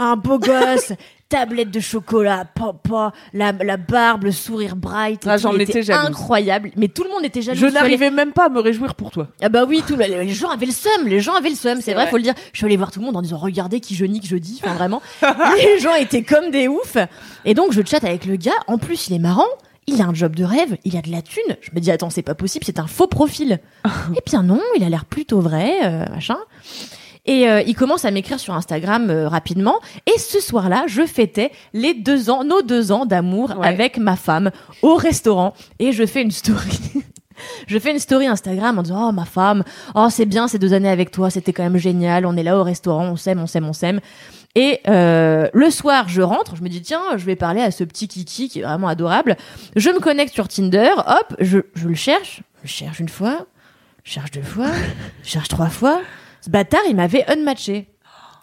[SPEAKER 3] un beau gosse, [laughs] tablette de chocolat, papa, la, la barbe, le sourire bright, et
[SPEAKER 5] Ah,
[SPEAKER 3] tout,
[SPEAKER 5] j'en
[SPEAKER 3] il
[SPEAKER 5] étais
[SPEAKER 3] était
[SPEAKER 5] jalouse.
[SPEAKER 3] incroyable. Mais tout le monde était jaloux.
[SPEAKER 5] Je
[SPEAKER 3] Je suis allée-
[SPEAKER 5] n'arrivais même pas à me réjouir pour toi.
[SPEAKER 3] Ah bah oui, tout le- les gens avaient le seum, les gens avaient le seum, c'est
[SPEAKER 2] C'est
[SPEAKER 3] vrai,
[SPEAKER 2] vrai.
[SPEAKER 3] faut le dire. Je suis allée voir tout le monde en disant regardez qui je nique jeudi, enfin vraiment. [laughs] les gens étaient comme des oufs. Et donc je chatte avec le gars, en plus il est marrant, il a un job de rêve, il a de la thune. Je me dis attends, c'est pas possible, c'est un faux profil. Eh bien non, il a l'air plutôt vrai, euh, machin. Et euh, il commence à m'écrire sur Instagram euh, rapidement. Et ce soir-là, je fêtais les deux ans, nos deux ans d'amour
[SPEAKER 5] Ouais.
[SPEAKER 3] avec ma femme au restaurant. Et je fais une story. [laughs] je fais une story Instagram en disant Oh, ma femme, oh, c'est bien ces deux années avec toi, c'était quand même génial. On est là au restaurant, on s'aime, on s'aime, on s'aime. Et euh, le soir, je rentre, je me dis tiens, je vais parler à ce petit Kiki qui est vraiment adorable. Je me connecte sur Tinder, hop, je, je le cherche, je le cherche une fois, je cherche deux fois, je cherche trois fois. Ce bâtard, il m'avait unmatché.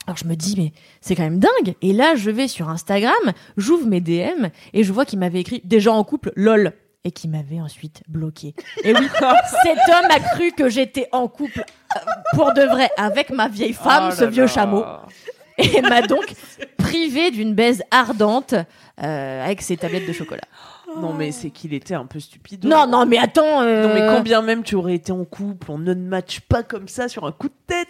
[SPEAKER 3] Alors je me dis mais c'est quand même dingue. Et là, je vais sur Instagram, j'ouvre mes DM et je vois qu'il m'avait écrit déjà en couple, lol. Et qu'il m'avait ensuite bloqué. Et
[SPEAKER 5] [laughs]
[SPEAKER 3] oui, cet homme a cru que j'étais en couple euh, pour de vrai avec ma vieille femme,
[SPEAKER 5] Oh
[SPEAKER 3] ce
[SPEAKER 5] là
[SPEAKER 3] vieux
[SPEAKER 5] là.
[SPEAKER 3] chameau et m'a
[SPEAKER 5] [laughs]
[SPEAKER 3] donc privée d'une baise ardente euh, avec ses tablettes de chocolat.
[SPEAKER 5] Non, mais c'est qu'il était un peu stupide.
[SPEAKER 3] Non, non, mais attends. euh,
[SPEAKER 5] Non, mais combien même tu aurais été en couple On ne match pas comme ça sur un coup de tête.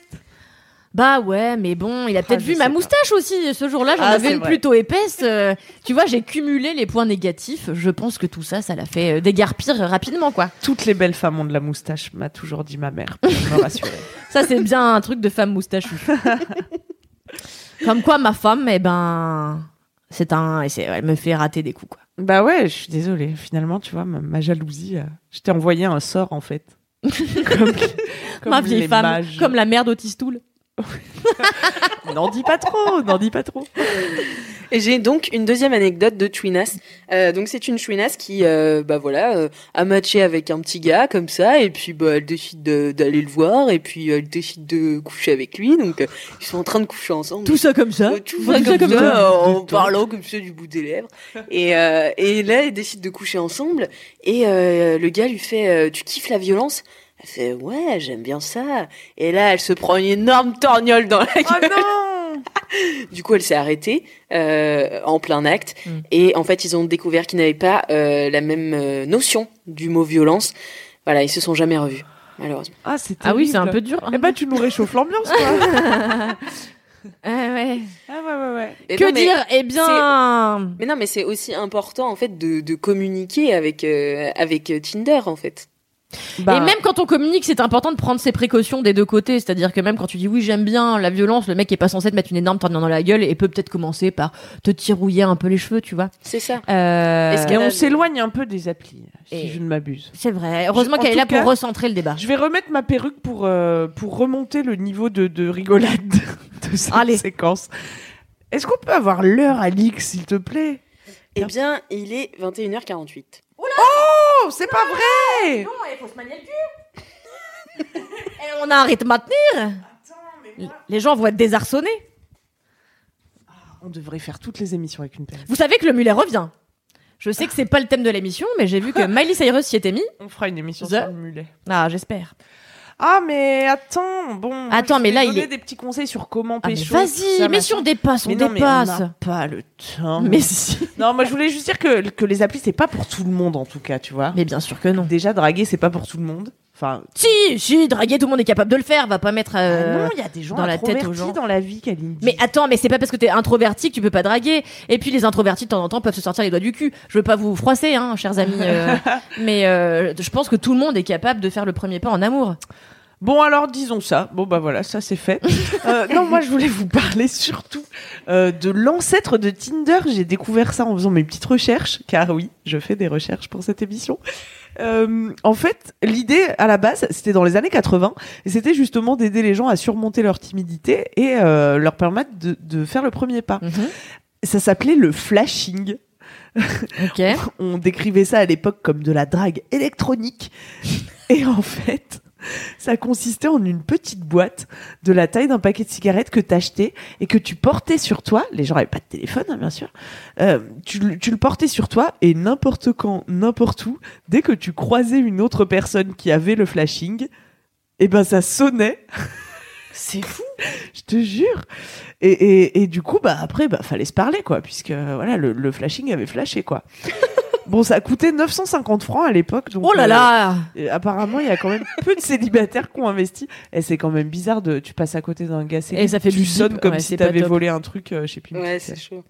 [SPEAKER 3] Bah ouais, mais bon, il a peut-être
[SPEAKER 5] Ah, je
[SPEAKER 3] vu
[SPEAKER 5] sais
[SPEAKER 3] ma
[SPEAKER 5] pas.
[SPEAKER 3] moustache aussi. Ce jour-là, j'en
[SPEAKER 5] Ah,
[SPEAKER 3] avais
[SPEAKER 5] c'est
[SPEAKER 3] une
[SPEAKER 5] vrai.
[SPEAKER 3] plutôt épaisse. euh, tu vois, j'ai cumulé les points négatifs. Je pense que tout ça, ça l'a fait euh, dégarpir rapidement, quoi.
[SPEAKER 5] Toutes les belles femmes ont de la moustache, m'a toujours dit ma mère pour me [laughs] rassurer.
[SPEAKER 3] Ça, c'est bien un truc de femme
[SPEAKER 5] [laughs]
[SPEAKER 3] moustachue. Comme quoi, ma femme, eh ben, c'est un, et c'est- elle me fait rater des coups, quoi.
[SPEAKER 5] bah ouais, je suis désolée. Finalement, tu vois, ma, ma jalousie, euh, je t'ai envoyé un sort en [laughs] fait. comme, comme
[SPEAKER 3] ma vieille
[SPEAKER 5] les
[SPEAKER 3] femme,
[SPEAKER 5] mages.
[SPEAKER 3] comme la mère d'Otistoul.
[SPEAKER 5] N'en dis pas trop, n'en dis pas trop.
[SPEAKER 2] Et j'ai donc une deuxième anecdote de Twinas. Euh, donc c'est une Twinas qui, euh, bah voilà, euh, a matché avec un petit gars comme ça, et puis bah elle décide de- d'aller le voir, et puis euh, elle décide de coucher avec lui. Donc euh, ils sont en train de coucher ensemble.
[SPEAKER 3] Tout ça comme ça.
[SPEAKER 2] Euh, tout va
[SPEAKER 3] Tout
[SPEAKER 2] comme,
[SPEAKER 3] ça comme
[SPEAKER 2] ça,
[SPEAKER 3] ça.
[SPEAKER 2] euh, en parlant comme ça du bout des lèvres. Et, euh, et là, ils décident de coucher ensemble. Et euh, le gars lui fait euh, Tu kiffes la violence Elle fait Ouais, j'aime bien ça. Et là, elle se prend une énorme torgnole dans la gueule.
[SPEAKER 5] Ah [laughs] non
[SPEAKER 2] Du coup, elle s'est arrêtée euh, en plein acte.
[SPEAKER 3] Mm.
[SPEAKER 2] Et en fait, ils ont découvert qu'ils n'avaient pas euh, la même euh, notion du mot violence. Voilà, ils se sont jamais revus, malheureusement.
[SPEAKER 5] Ah, c'était.
[SPEAKER 3] Ah oui, c'est un peu dur.
[SPEAKER 5] Eh bah, tu nous réchauffes l'ambiance, [laughs] quoi.
[SPEAKER 3] ouais.
[SPEAKER 5] ah ouais, ouais, ouais.
[SPEAKER 2] Mais
[SPEAKER 3] que
[SPEAKER 2] non, mais-
[SPEAKER 3] dire Eh bien,
[SPEAKER 2] Mais non, mais c'est aussi important en fait de, de communiquer avec euh, avec Tinder en fait.
[SPEAKER 5] Bah,
[SPEAKER 3] et même quand on communique, c'est important de prendre ses précautions des deux côtés. C'est-à-dire que même quand tu dis oui, j'aime bien la violence, le mec est pas censé te mettre une énorme tornade dans la gueule et peut peut-être commencer par te tirouiller un peu les cheveux, tu vois.
[SPEAKER 2] C'est ça.
[SPEAKER 3] Euh,
[SPEAKER 2] Est-ce
[SPEAKER 5] Et
[SPEAKER 2] qu'elle-
[SPEAKER 5] on s'éloigne un peu des applis, si
[SPEAKER 3] Et-
[SPEAKER 5] je ne m'abuse.
[SPEAKER 3] C'est vrai. Heureusement
[SPEAKER 5] Je- en
[SPEAKER 3] qu'elle est
[SPEAKER 5] tout
[SPEAKER 3] là
[SPEAKER 5] cas-
[SPEAKER 3] pour recentrer le débat.
[SPEAKER 5] Je vais remettre ma perruque pour, euh, pour remonter le niveau [laughs] de, de rigolade de cette
[SPEAKER 3] Allez.
[SPEAKER 5] séquence. Est-ce qu'on peut avoir l'heure, Alix, s'il te plaît
[SPEAKER 2] Eh bien, il est 21h48.
[SPEAKER 5] Oh, c'est pas vrai
[SPEAKER 4] Non, il faut se manier le cul.
[SPEAKER 3] Et Eh, on a un rythme à tenir.
[SPEAKER 4] Attends, mais
[SPEAKER 3] L-
[SPEAKER 4] moi,
[SPEAKER 3] Les gens vont être désarçonnés.
[SPEAKER 5] On devrait faire toutes les émissions avec une pelle.
[SPEAKER 3] Vous savez que le mulet revient. Je sais que c'est pas le thème de l'émission, mais j'ai vu [laughs] que Miley Cyrus s'y était mis.
[SPEAKER 5] On fera une émission
[SPEAKER 3] The-
[SPEAKER 5] sur le mulet.
[SPEAKER 3] Ah, j'espère.
[SPEAKER 5] Ah, mais attends, bon. moi,
[SPEAKER 3] Attends,
[SPEAKER 5] je
[SPEAKER 3] mais
[SPEAKER 5] t'ai
[SPEAKER 3] là,
[SPEAKER 5] donné
[SPEAKER 3] il est-
[SPEAKER 5] des petits conseils sur comment
[SPEAKER 3] Ah, mais
[SPEAKER 5] pécho. tout
[SPEAKER 3] vas-y,
[SPEAKER 5] ça,
[SPEAKER 3] mais si
[SPEAKER 5] machin.
[SPEAKER 3] on dépasse, on
[SPEAKER 5] Mais non, mais
[SPEAKER 3] dépasse.
[SPEAKER 5] on n'a pas le temps.
[SPEAKER 3] Mais si.
[SPEAKER 5] Non, moi, je voulais juste dire que, que les applis, c'est pas pour tout le monde, en tout cas, tu vois.
[SPEAKER 3] Mais bien sûr que non.
[SPEAKER 5] Déjà, draguer, c'est pas pour tout le monde. Enfin,
[SPEAKER 3] Si, si, draguer, tout le monde est capable de le faire. Va pas mettre. euh,
[SPEAKER 5] ah non, il y a des gens
[SPEAKER 3] dans la tête aux
[SPEAKER 5] introvertis
[SPEAKER 3] gens.
[SPEAKER 5] dans la vie, Kalindi.
[SPEAKER 3] Mais attends, mais c'est pas parce que t'es introverti que tu peux pas draguer. Et puis les introvertis de temps en temps peuvent se sortir les doigts du cul. Je veux pas vous froisser, hein, chers amis.
[SPEAKER 5] [laughs]
[SPEAKER 3] euh, mais euh, je pense que tout le monde est capable de faire le premier pas en amour.
[SPEAKER 5] Bon, alors disons ça. Bon, bah voilà, ça c'est fait. Euh, non, moi je voulais vous parler surtout euh, de l'ancêtre de Tinder. J'ai découvert ça en faisant mes petites recherches, car oui, je fais des recherches pour cette émission. Euh, en fait, l'idée à la base, c'était dans les années 80, et c'était justement d'aider les gens à surmonter leur timidité et euh, leur permettre de, de faire le premier pas. Ça s'appelait le flashing.
[SPEAKER 3] Ok.
[SPEAKER 5] On décrivait ça à l'époque comme de la drague électronique. Et en fait, ça consistait en une petite boîte de la taille d'un paquet de cigarettes que t'achetais et que tu portais sur toi. Les gens n'avaient pas de téléphone, hein, bien sûr. Euh, tu, le- tu le portais sur toi et n'importe quand, n'importe où, dès que tu croisais une autre personne qui avait le flashing, eh ben ça sonnait. C'est fou, je te jure. Et, et, et du coup, bah après, bah fallait se parler quoi, puisque euh, voilà, le, le flashing avait
[SPEAKER 3] [laughs]
[SPEAKER 5] flashé quoi. bon, ça coûtait 950 francs à l'époque, donc
[SPEAKER 3] Oh là
[SPEAKER 5] euh,
[SPEAKER 3] là
[SPEAKER 5] et apparemment, il y a quand même peu de célibataires qui ont investi. Et c'est quand même bizarre de. Tu passes à côté d'un gars célib,
[SPEAKER 3] Et ça fait
[SPEAKER 5] tu
[SPEAKER 3] bip,
[SPEAKER 5] sonnes
[SPEAKER 3] bip.
[SPEAKER 5] comme
[SPEAKER 3] Ouais,
[SPEAKER 5] si
[SPEAKER 3] c'est pas
[SPEAKER 5] t'avais
[SPEAKER 3] top.
[SPEAKER 5] volé un truc, euh, je sais plus.
[SPEAKER 2] Ouais,
[SPEAKER 5] qui
[SPEAKER 2] c'est
[SPEAKER 5] c'est.
[SPEAKER 2] chaud.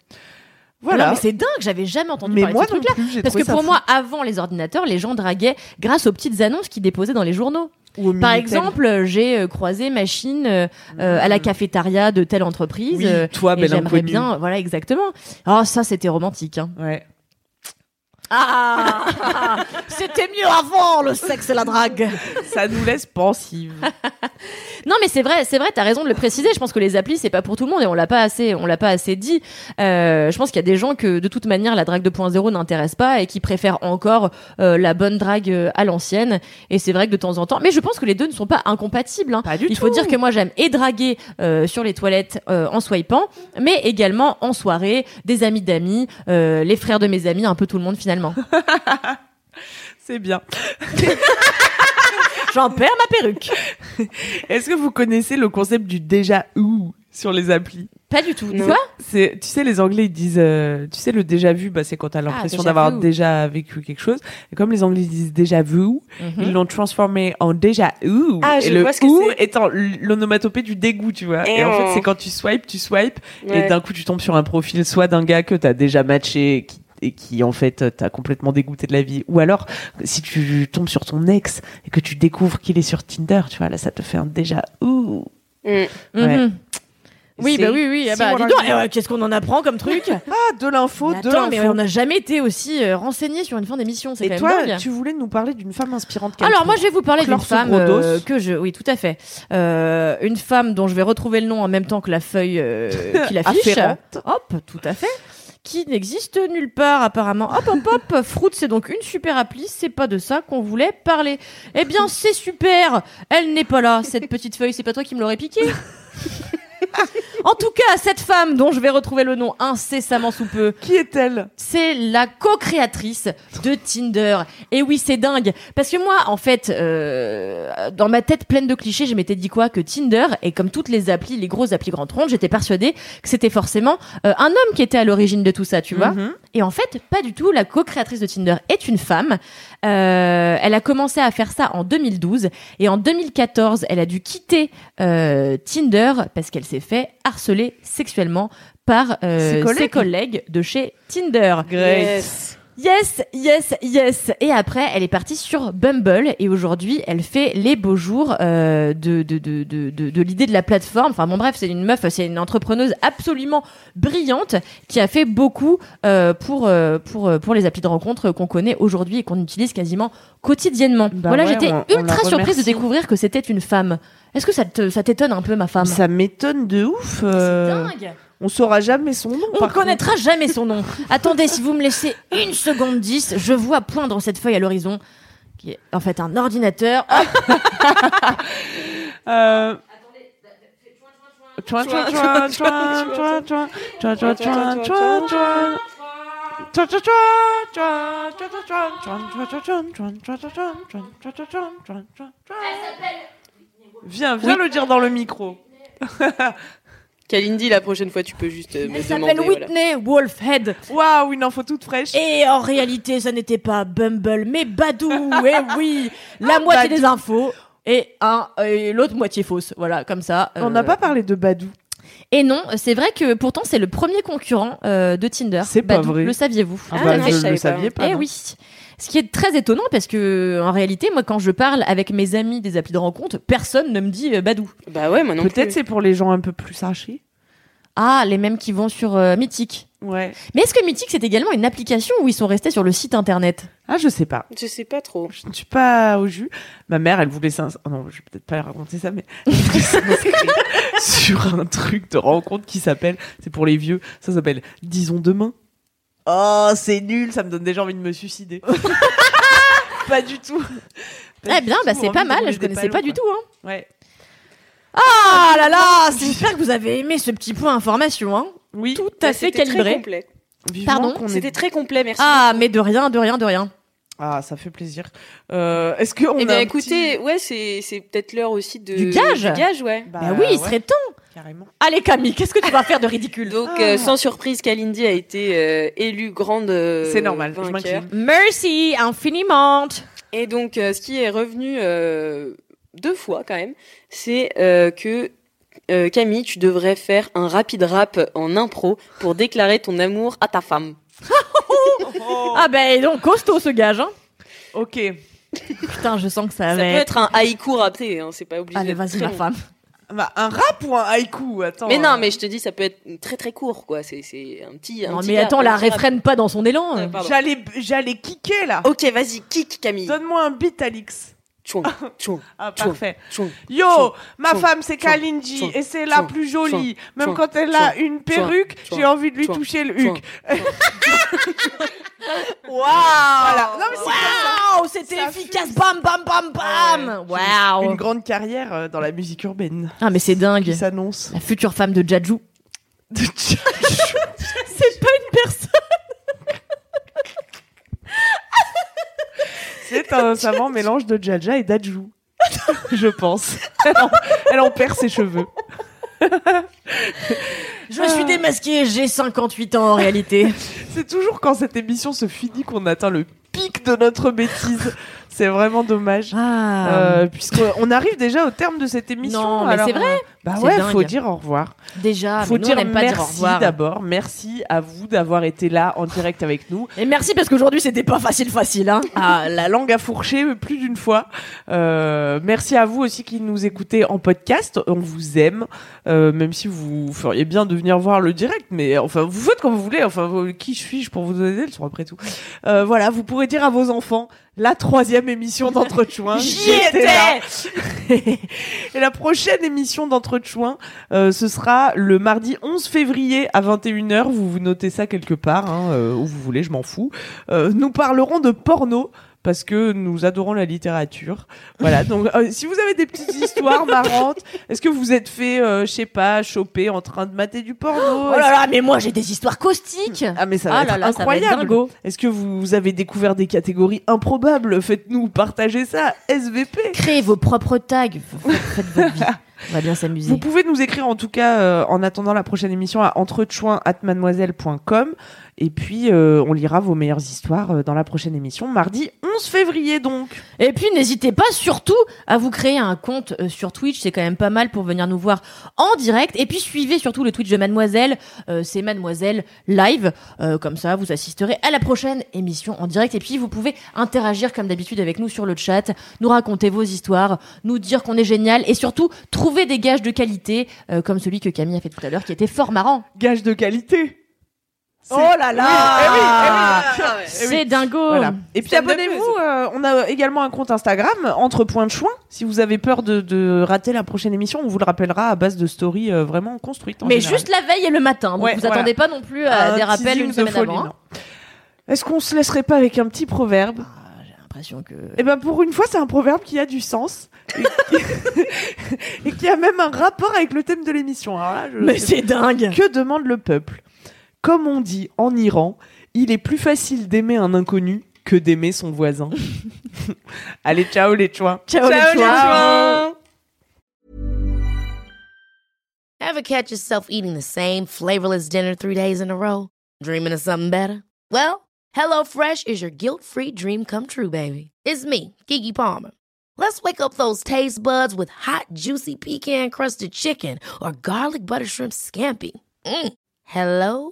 [SPEAKER 5] Voilà.
[SPEAKER 3] Non, mais c'est dingue, j'avais jamais entendu
[SPEAKER 5] Mais
[SPEAKER 3] parler
[SPEAKER 5] moi
[SPEAKER 3] de ce truc-là.
[SPEAKER 5] non plus, j'ai
[SPEAKER 3] Parce que
[SPEAKER 5] trouvé ça
[SPEAKER 3] pour
[SPEAKER 5] fou.
[SPEAKER 3] moi, avant les ordinateurs, les gens draguaient grâce aux petites annonces qu'ils déposaient dans les journaux.
[SPEAKER 5] Ou au
[SPEAKER 3] Par
[SPEAKER 5] Minitel. Mm.
[SPEAKER 3] exemple, euh, j'ai euh, croisé machine euh, euh, à la cafétéria de telle entreprise.
[SPEAKER 5] Oui,
[SPEAKER 3] euh,
[SPEAKER 5] toi,
[SPEAKER 3] et
[SPEAKER 5] belle
[SPEAKER 3] j'aimerais
[SPEAKER 5] inconnue.
[SPEAKER 3] bien, voilà, exactement. Ah, ça, c'était romantique. Hein.
[SPEAKER 5] Ouais.
[SPEAKER 3] Ah [laughs] C'était mieux avant le sexe et la drague.
[SPEAKER 5] [laughs] Ça nous
[SPEAKER 3] [laughs]
[SPEAKER 5] laisse pensive.
[SPEAKER 3] Non mais c'est vrai, c'est vrai, t'as raison de le préciser. Je pense que les applis c'est pas pour tout le monde et on l'a pas assez, on l'a pas assez dit. Euh, je pense qu'il y a des gens que de toute manière la drague 2.0 n'intéresse pas et qui préfèrent encore euh, la bonne drague euh, à l'ancienne. Et c'est vrai que de temps en temps, mais je pense que les deux ne sont pas incompatibles. hein.
[SPEAKER 5] Pas du
[SPEAKER 3] Il faut dire que moi j'aime et draguer euh, sur les toilettes euh, en swipant, mais également en soirée, des amis d'amis, euh, les frères de mes amis, un peu tout le monde finalement.
[SPEAKER 5] [laughs] C'est bien.
[SPEAKER 3] J'en perds ma perruque.
[SPEAKER 5] Est-ce que vous connaissez le concept du déjà ou sur les applis
[SPEAKER 3] Pas du tout. Tu
[SPEAKER 2] Non.
[SPEAKER 3] vois
[SPEAKER 5] C'est, tu sais, les Anglais ils disent, euh, tu sais, le déjà vu, bah, c'est quand t'as l'impression
[SPEAKER 3] Ah, déjà
[SPEAKER 5] d'avoir
[SPEAKER 3] vu.
[SPEAKER 5] déjà vécu quelque chose. Et comme les Anglais disent déjà vu, ils l'ont transformé en déjà ou.
[SPEAKER 2] Ah,
[SPEAKER 5] et
[SPEAKER 2] je
[SPEAKER 5] le
[SPEAKER 2] vois ce que
[SPEAKER 5] ou
[SPEAKER 2] c'est.
[SPEAKER 5] étant l- l'onomatopée du dégoût, tu vois. Et,
[SPEAKER 2] Eh
[SPEAKER 5] en
[SPEAKER 2] oh.
[SPEAKER 5] fait, c'est quand tu swipes, tu swipes,
[SPEAKER 2] Ouais.
[SPEAKER 5] et d'un coup, tu tombes sur un profil soit d'un gars que t'as déjà matché et qui et qui en fait t'as complètement dégoûté de la vie ou alors si tu tombes sur ton ex et que tu découvres qu'il est sur Tinder tu vois là ça te fait un déjà ou
[SPEAKER 2] Mm.
[SPEAKER 5] Ouais.
[SPEAKER 3] Mhm. Oui,
[SPEAKER 5] C'est-
[SPEAKER 3] bah oui, oui. ah
[SPEAKER 5] c'est
[SPEAKER 3] bah, dis
[SPEAKER 5] voilà
[SPEAKER 3] donc,
[SPEAKER 5] le-
[SPEAKER 3] eh ouais, qu'est-ce qu'on en apprend comme
[SPEAKER 5] [laughs]
[SPEAKER 3] truc
[SPEAKER 5] ah de l'info
[SPEAKER 3] Mais
[SPEAKER 5] de
[SPEAKER 3] Attends, mais
[SPEAKER 5] l'info.
[SPEAKER 3] on n'a jamais été aussi euh, renseigné sur une fin d'émission. C'est
[SPEAKER 5] Et
[SPEAKER 3] quand
[SPEAKER 5] toi,
[SPEAKER 3] même dingue.
[SPEAKER 5] tu voulais nous parler d'une femme inspirante. Catherine.
[SPEAKER 3] Alors moi, je vais vous parler d'une
[SPEAKER 5] Clore ce
[SPEAKER 3] femme
[SPEAKER 5] gros dos.
[SPEAKER 3] euh, que je, oui, tout à fait, Euh, une femme dont je vais retrouver le nom en même temps que la feuille euh, qui l'affiche.
[SPEAKER 5] Afférente.
[SPEAKER 3] Hop, tout à fait. Qui n'existe nulle part apparemment. Hop, hop, hop. [laughs] Fruit, c'est donc une super appli. C'est pas de ça qu'on voulait parler. Eh bien, c'est super. Elle n'est pas là. Cette petite feuille, c'est pas toi qui me l'aurais piquée. en tout cas, cette femme dont je vais retrouver le nom incessamment sous peu,
[SPEAKER 5] qui est-elle
[SPEAKER 3] c'est la co-créatrice de Tinder. Et oui, c'est dingue. Parce que moi, en fait, euh, dans ma tête pleine de clichés, je m'étais dit quoi Que Tinder, et comme toutes les applis, les grosses applis grandes rondes, j'étais persuadée que c'était forcément euh, un homme qui était à l'origine de tout ça, tu vois
[SPEAKER 5] Mhm.
[SPEAKER 3] et en fait, pas du tout. La co-créatrice de Tinder est une femme. Euh, elle a commencé à faire ça en 2012. Et en 2014, elle a dû quitter euh, Tinder parce qu'elle s'est fait harceler sexuellement par euh,
[SPEAKER 5] Ses collègues
[SPEAKER 3] ses collègues de chez Tinder.
[SPEAKER 2] Yes.
[SPEAKER 3] Yes, yes, yes. Et après, elle est partie sur Bumble et aujourd'hui, elle fait les beaux jours euh, de, de, de, de, de, de l'idée de la plateforme. Enfin bon, bref, c'est une meuf, c'est une entrepreneuse absolument brillante qui a fait beaucoup euh, pour, euh, pour, euh, pour les applis de rencontre qu'on connaît aujourd'hui et qu'on utilise quasiment quotidiennement.
[SPEAKER 5] Bah
[SPEAKER 3] voilà,
[SPEAKER 5] ouais,
[SPEAKER 3] j'étais
[SPEAKER 5] on- on la
[SPEAKER 3] ultra surprise de
[SPEAKER 5] remercie.
[SPEAKER 3] découvrir que c'était une femme. Est-ce que ça te- ça t'étonne un peu, ma femme
[SPEAKER 5] Ça m'étonne de ouf. euh,
[SPEAKER 3] C'est dingue.
[SPEAKER 5] on saura jamais son nom.
[SPEAKER 3] On
[SPEAKER 5] par
[SPEAKER 3] connaîtra jamais son nom. Attendez, si vous me laissez une seconde dix, je vois poindre cette feuille à l'horizon, qui est en fait un ordinateur. Ah,
[SPEAKER 5] contre. Euh, Tchouin, tchouin, tchouin, tchouin, tchouin, tchouin, tchouin, tchouin, tchouin, tchouin, tchouin. Tchouin, tchouin, tchouin, tchouin, tchouin, tchouin, tchouin, tchouin, tchouin, tchouin, tchouin, tchouin, tchouin, tchouin, tchouin, tchouin, tchouin, tchouin. Viens, viens le dire dans le micro.
[SPEAKER 2] Kalindi, la prochaine fois, tu peux juste euh, me
[SPEAKER 3] elle
[SPEAKER 2] demander.
[SPEAKER 3] s'appelle
[SPEAKER 2] voilà.
[SPEAKER 3] Whitney Wolfhead.
[SPEAKER 5] Waouh, une info toute fraîche.
[SPEAKER 3] Et en réalité, ça n'était pas Bumble, mais Badou. Eh oui,
[SPEAKER 5] Ah,
[SPEAKER 3] la moitié des infos et un et l'autre moitié fausse. Voilà, comme ça.
[SPEAKER 5] On
[SPEAKER 3] euh,
[SPEAKER 5] n'a pas parlé de Badou.
[SPEAKER 3] Et non, c'est vrai que pourtant c'est le premier concurrent euh, de Tinder.
[SPEAKER 5] C'est pas
[SPEAKER 3] Badou,
[SPEAKER 5] vrai.
[SPEAKER 3] Le saviez-vous
[SPEAKER 5] Ah
[SPEAKER 2] Ah,
[SPEAKER 5] bah,
[SPEAKER 2] non,
[SPEAKER 5] je
[SPEAKER 2] je
[SPEAKER 5] ne le
[SPEAKER 2] savais pas.
[SPEAKER 5] saviez pas.
[SPEAKER 3] Eh
[SPEAKER 5] non.
[SPEAKER 3] oui. Ce qui est très étonnant parce que en réalité, moi, quand je parle avec mes amis des applis de rencontre, personne ne me dit euh, Badou.
[SPEAKER 2] Bah ouais, moi non
[SPEAKER 5] Peut-être
[SPEAKER 2] plus.
[SPEAKER 5] c'est pour les gens un peu plus archés.
[SPEAKER 3] Ah, les mêmes qui vont sur euh, Mythique.
[SPEAKER 5] Ouais.
[SPEAKER 3] Mais est-ce que Mythique c'est également une application où ils sont restés sur le site internet
[SPEAKER 5] Ah, je sais pas.
[SPEAKER 2] Je sais pas trop.
[SPEAKER 5] Je ne suis pas au jus. Ma mère, elle voulait s'inscrire. Non, je vais peut-être pas raconter ça, [laughs] mais elle voulait s'inscrire sur un truc de rencontre qui s'appelle. C'est pour les vieux. Ça s'appelle Disons demain. Oh, c'est nul. Ça me donne déjà envie de me suicider. [laughs] pas du tout. Pas
[SPEAKER 3] Eh
[SPEAKER 5] du
[SPEAKER 3] bien, bah,
[SPEAKER 5] tout
[SPEAKER 3] c'est
[SPEAKER 5] envie
[SPEAKER 3] pas
[SPEAKER 5] de
[SPEAKER 3] mal.
[SPEAKER 5] rouler
[SPEAKER 3] Je
[SPEAKER 5] des
[SPEAKER 3] connaissais
[SPEAKER 5] palos,
[SPEAKER 3] pas du tout.
[SPEAKER 5] quoi.
[SPEAKER 3] Hein.
[SPEAKER 5] Ouais.
[SPEAKER 3] Ah là là, j'espère que vous avez aimé ce petit point information. Hein.
[SPEAKER 5] Oui.
[SPEAKER 3] Tout
[SPEAKER 2] Ouais,
[SPEAKER 3] à fait
[SPEAKER 2] c'était très
[SPEAKER 3] calibré.
[SPEAKER 2] complet.
[SPEAKER 5] Vivement
[SPEAKER 3] Pardon,
[SPEAKER 5] qu'on ait-
[SPEAKER 2] C'était très complet, merci.
[SPEAKER 3] Ah, mais de rien, de rien, de rien.
[SPEAKER 5] Ah, ça fait plaisir. Euh, Est-ce que on
[SPEAKER 2] Eh
[SPEAKER 5] a
[SPEAKER 2] bien
[SPEAKER 5] un
[SPEAKER 2] écoutez, ouais, c'est c'est peut-être l'heure aussi de...
[SPEAKER 3] Du gage
[SPEAKER 2] ouais.
[SPEAKER 5] petit-
[SPEAKER 3] Bah,
[SPEAKER 5] Bah
[SPEAKER 3] oui, il
[SPEAKER 5] ouais,
[SPEAKER 3] serait temps.
[SPEAKER 5] carrément.
[SPEAKER 3] Allez Camille, qu'est-ce que tu vas faire de ridicule [laughs]
[SPEAKER 2] Donc,
[SPEAKER 5] Ah.
[SPEAKER 2] euh, sans surprise, Kalindi a été euh, élue grande euh,
[SPEAKER 5] C'est normal. Je
[SPEAKER 2] vainqueur.
[SPEAKER 5] m'incline.
[SPEAKER 3] Merci infiniment.
[SPEAKER 2] Et donc, euh, ce qui est revenu euh, deux fois quand même, c'est euh, que euh, Camille, tu devrais faire un rapide rap en impro pour déclarer ton amour à ta femme.
[SPEAKER 3] Ah ben donc costaud ce gage. Hein.
[SPEAKER 5] [laughs] Ok.
[SPEAKER 3] Putain, je sens que ça
[SPEAKER 2] Ça
[SPEAKER 3] va
[SPEAKER 2] peut être un haïku rapé, hein, c'est pas obligé.
[SPEAKER 3] Ah Allez,
[SPEAKER 2] d'être
[SPEAKER 3] vas-y
[SPEAKER 2] très
[SPEAKER 3] ma
[SPEAKER 2] long.
[SPEAKER 3] femme.
[SPEAKER 5] Bah, un rap ou un haïku Attends.
[SPEAKER 2] Mais
[SPEAKER 5] euh,
[SPEAKER 2] non, mais je te dis, ça peut être très très court, quoi. C'est c'est un petit. un
[SPEAKER 3] Non
[SPEAKER 2] petit
[SPEAKER 3] mais
[SPEAKER 2] gars,
[SPEAKER 3] attends,
[SPEAKER 2] un
[SPEAKER 3] la
[SPEAKER 2] petit rap.
[SPEAKER 3] réfrène pas dans son élan.
[SPEAKER 2] Euh, pardon.
[SPEAKER 5] J'allais, j'allais kicker là.
[SPEAKER 2] Ok, vas-y, kick Camille.
[SPEAKER 5] Donne-moi un beat, Alix.
[SPEAKER 2] Chouin, chouin,
[SPEAKER 5] Ah,
[SPEAKER 2] Chou.
[SPEAKER 5] parfait.
[SPEAKER 2] chouin.
[SPEAKER 5] Yo,
[SPEAKER 2] Chou.
[SPEAKER 5] ma
[SPEAKER 2] Chou.
[SPEAKER 5] femme, c'est
[SPEAKER 2] Chou.
[SPEAKER 5] Kalindi,
[SPEAKER 2] Chou.
[SPEAKER 5] et c'est la
[SPEAKER 2] Chou.
[SPEAKER 5] plus jolie. Même
[SPEAKER 2] Chou.
[SPEAKER 5] quand elle a une perruque,
[SPEAKER 2] Chou.
[SPEAKER 5] j'ai envie de lui
[SPEAKER 2] Chou.
[SPEAKER 5] toucher le
[SPEAKER 2] Chou.
[SPEAKER 5] huc. [laughs] Waouh Non, mais c'est
[SPEAKER 3] Waouh, c'était
[SPEAKER 5] Ça
[SPEAKER 3] efficace.
[SPEAKER 5] fuse.
[SPEAKER 3] Bam bam bam bam.
[SPEAKER 5] une
[SPEAKER 3] Waouh.
[SPEAKER 5] grande carrière euh, dans la musique urbaine
[SPEAKER 3] Ah mais c'est
[SPEAKER 5] qui
[SPEAKER 3] dingue.
[SPEAKER 5] s'annonce.
[SPEAKER 3] La future femme de Jaju. C'est pas une personne.
[SPEAKER 5] [laughs] c'est un savant mélange de Jaja et d'Adjou. [laughs] Je pense. Elle en, elle en perd ses cheveux.
[SPEAKER 3] Je me suis démasquée, j'ai 58 ans en réalité.
[SPEAKER 5] C'est toujours quand cette émission se finit qu'on atteint le pic de notre bêtise. C'est vraiment dommage.
[SPEAKER 3] Ah.
[SPEAKER 5] Euh, puisqu'on arrive déjà au terme de cette émission.
[SPEAKER 3] Non, mais
[SPEAKER 5] alors,
[SPEAKER 3] c'est vrai.
[SPEAKER 5] euh, bah
[SPEAKER 3] C'est
[SPEAKER 5] ouais,
[SPEAKER 3] dingue.
[SPEAKER 5] faut dire au revoir.
[SPEAKER 3] Déjà,
[SPEAKER 5] faut
[SPEAKER 3] mais nous, on n'aime pas
[SPEAKER 5] merci
[SPEAKER 3] dire au revoir.
[SPEAKER 5] d'abord. Merci à vous d'avoir été là en direct avec nous.
[SPEAKER 3] Et merci parce qu'aujourd'hui c'était pas facile facile hein.
[SPEAKER 5] [laughs] Ah, la langue a fourché plus d'une fois. Euh, merci à vous aussi qui nous écoutez en podcast. On vous aime, euh, même si vous feriez bien de venir voir le direct. Mais enfin, vous faites comme vous voulez. Enfin, vous- qui suis-je pour vous donner des leçons après tout Euh, Voilà, vous pourrez dire à vos enfants la troisième émission d'Entrechoin.
[SPEAKER 3] J'y étais
[SPEAKER 5] là. [laughs] Et la prochaine émission d'Entrechoin, euh, ce sera le mardi 11 février à 21h. Vous vous notez ça quelque part, hein, euh, où vous voulez, je m'en fous. Euh, nous parlerons de porno parce que nous adorons la littérature. Voilà, donc euh, si vous avez
[SPEAKER 3] [laughs]
[SPEAKER 5] des petites histoires marrantes, est-ce que vous êtes fait, euh, je sais pas, choper en train de mater du porno
[SPEAKER 3] Oh là là, mais moi j'ai des histoires caustiques.
[SPEAKER 5] Ah mais ça va
[SPEAKER 3] Ah
[SPEAKER 5] être
[SPEAKER 3] là là, ça va être
[SPEAKER 5] incroyable
[SPEAKER 3] dingo.
[SPEAKER 5] Est-ce que vous avez découvert des catégories improbables Faites-nous partager ça, SVP
[SPEAKER 3] Créez vos propres tags. F- f- Faites votre vie. On va bien s'amuser.
[SPEAKER 5] Vous pouvez nous écrire en tout cas euh, en attendant la prochaine émission à entrechoin@mademoiselle.com et puis euh, on lira vos meilleures histoires euh, dans la prochaine émission mardi 11 février donc.
[SPEAKER 3] Et puis n'hésitez pas surtout à vous créer un compte euh, sur Twitch, c'est quand même pas mal pour venir nous voir en direct. Et puis suivez surtout le Twitch de Mademoiselle, euh, c'est Mademoiselle Live. Euh, comme ça, vous assisterez à la prochaine émission en direct. Et puis vous pouvez interagir comme d'habitude avec nous sur le chat, nous raconter vos histoires, nous dire qu'on est génial et surtout trouver des gages de qualité euh, comme celui que Camille a fait tout à l'heure qui était fort marrant.
[SPEAKER 5] Gage de qualité. Oh là
[SPEAKER 3] Eh
[SPEAKER 5] là
[SPEAKER 2] Ah,
[SPEAKER 3] C'est dingo.
[SPEAKER 5] Eh Voilà. Et puis
[SPEAKER 2] Scène de
[SPEAKER 5] abonnez-vous. euh, on a également un compte Instagram, entre points de choix. Si vous avez peur de, de rater la prochaine émission, on vous le rappellera à base de stories euh, vraiment construites. en
[SPEAKER 3] Mais
[SPEAKER 5] général.
[SPEAKER 3] juste la veille et le matin. Donc
[SPEAKER 5] Ouais,
[SPEAKER 3] vous
[SPEAKER 5] voilà.
[SPEAKER 3] attendez pas non plus à
[SPEAKER 5] Un
[SPEAKER 3] des rappels
[SPEAKER 5] teasing
[SPEAKER 3] une
[SPEAKER 5] de
[SPEAKER 3] semaine
[SPEAKER 5] folie,
[SPEAKER 3] avant. hein.
[SPEAKER 5] non. Est-ce qu'on se laisserait pas avec un petit proverbe
[SPEAKER 3] Bah, J'ai l'impression que.
[SPEAKER 5] Eh ben pour une fois, c'est un proverbe qui a du sens [laughs] et qui, et qui a même un rapport avec le thème de l'émission. Alors là, je-
[SPEAKER 7] Mais c'est dingue
[SPEAKER 5] que demande le peuple Comme on dit en Iran, il est plus facile d'aimer un inconnu que d'aimer son voisin. [laughs] Allez, ciao les chouins.
[SPEAKER 7] Ciao, les chouins.
[SPEAKER 8] Ever catch yourself eating the same flavorless dinner three days in a row? Dreaming of something better? Well, HelloFresh is your guilt free dream come true, baby. It's me, Gigi Palmer. Let's wake up those taste buds with hot, juicy pecan crusted chicken or garlic butter shrimp scampi. Mm. Hello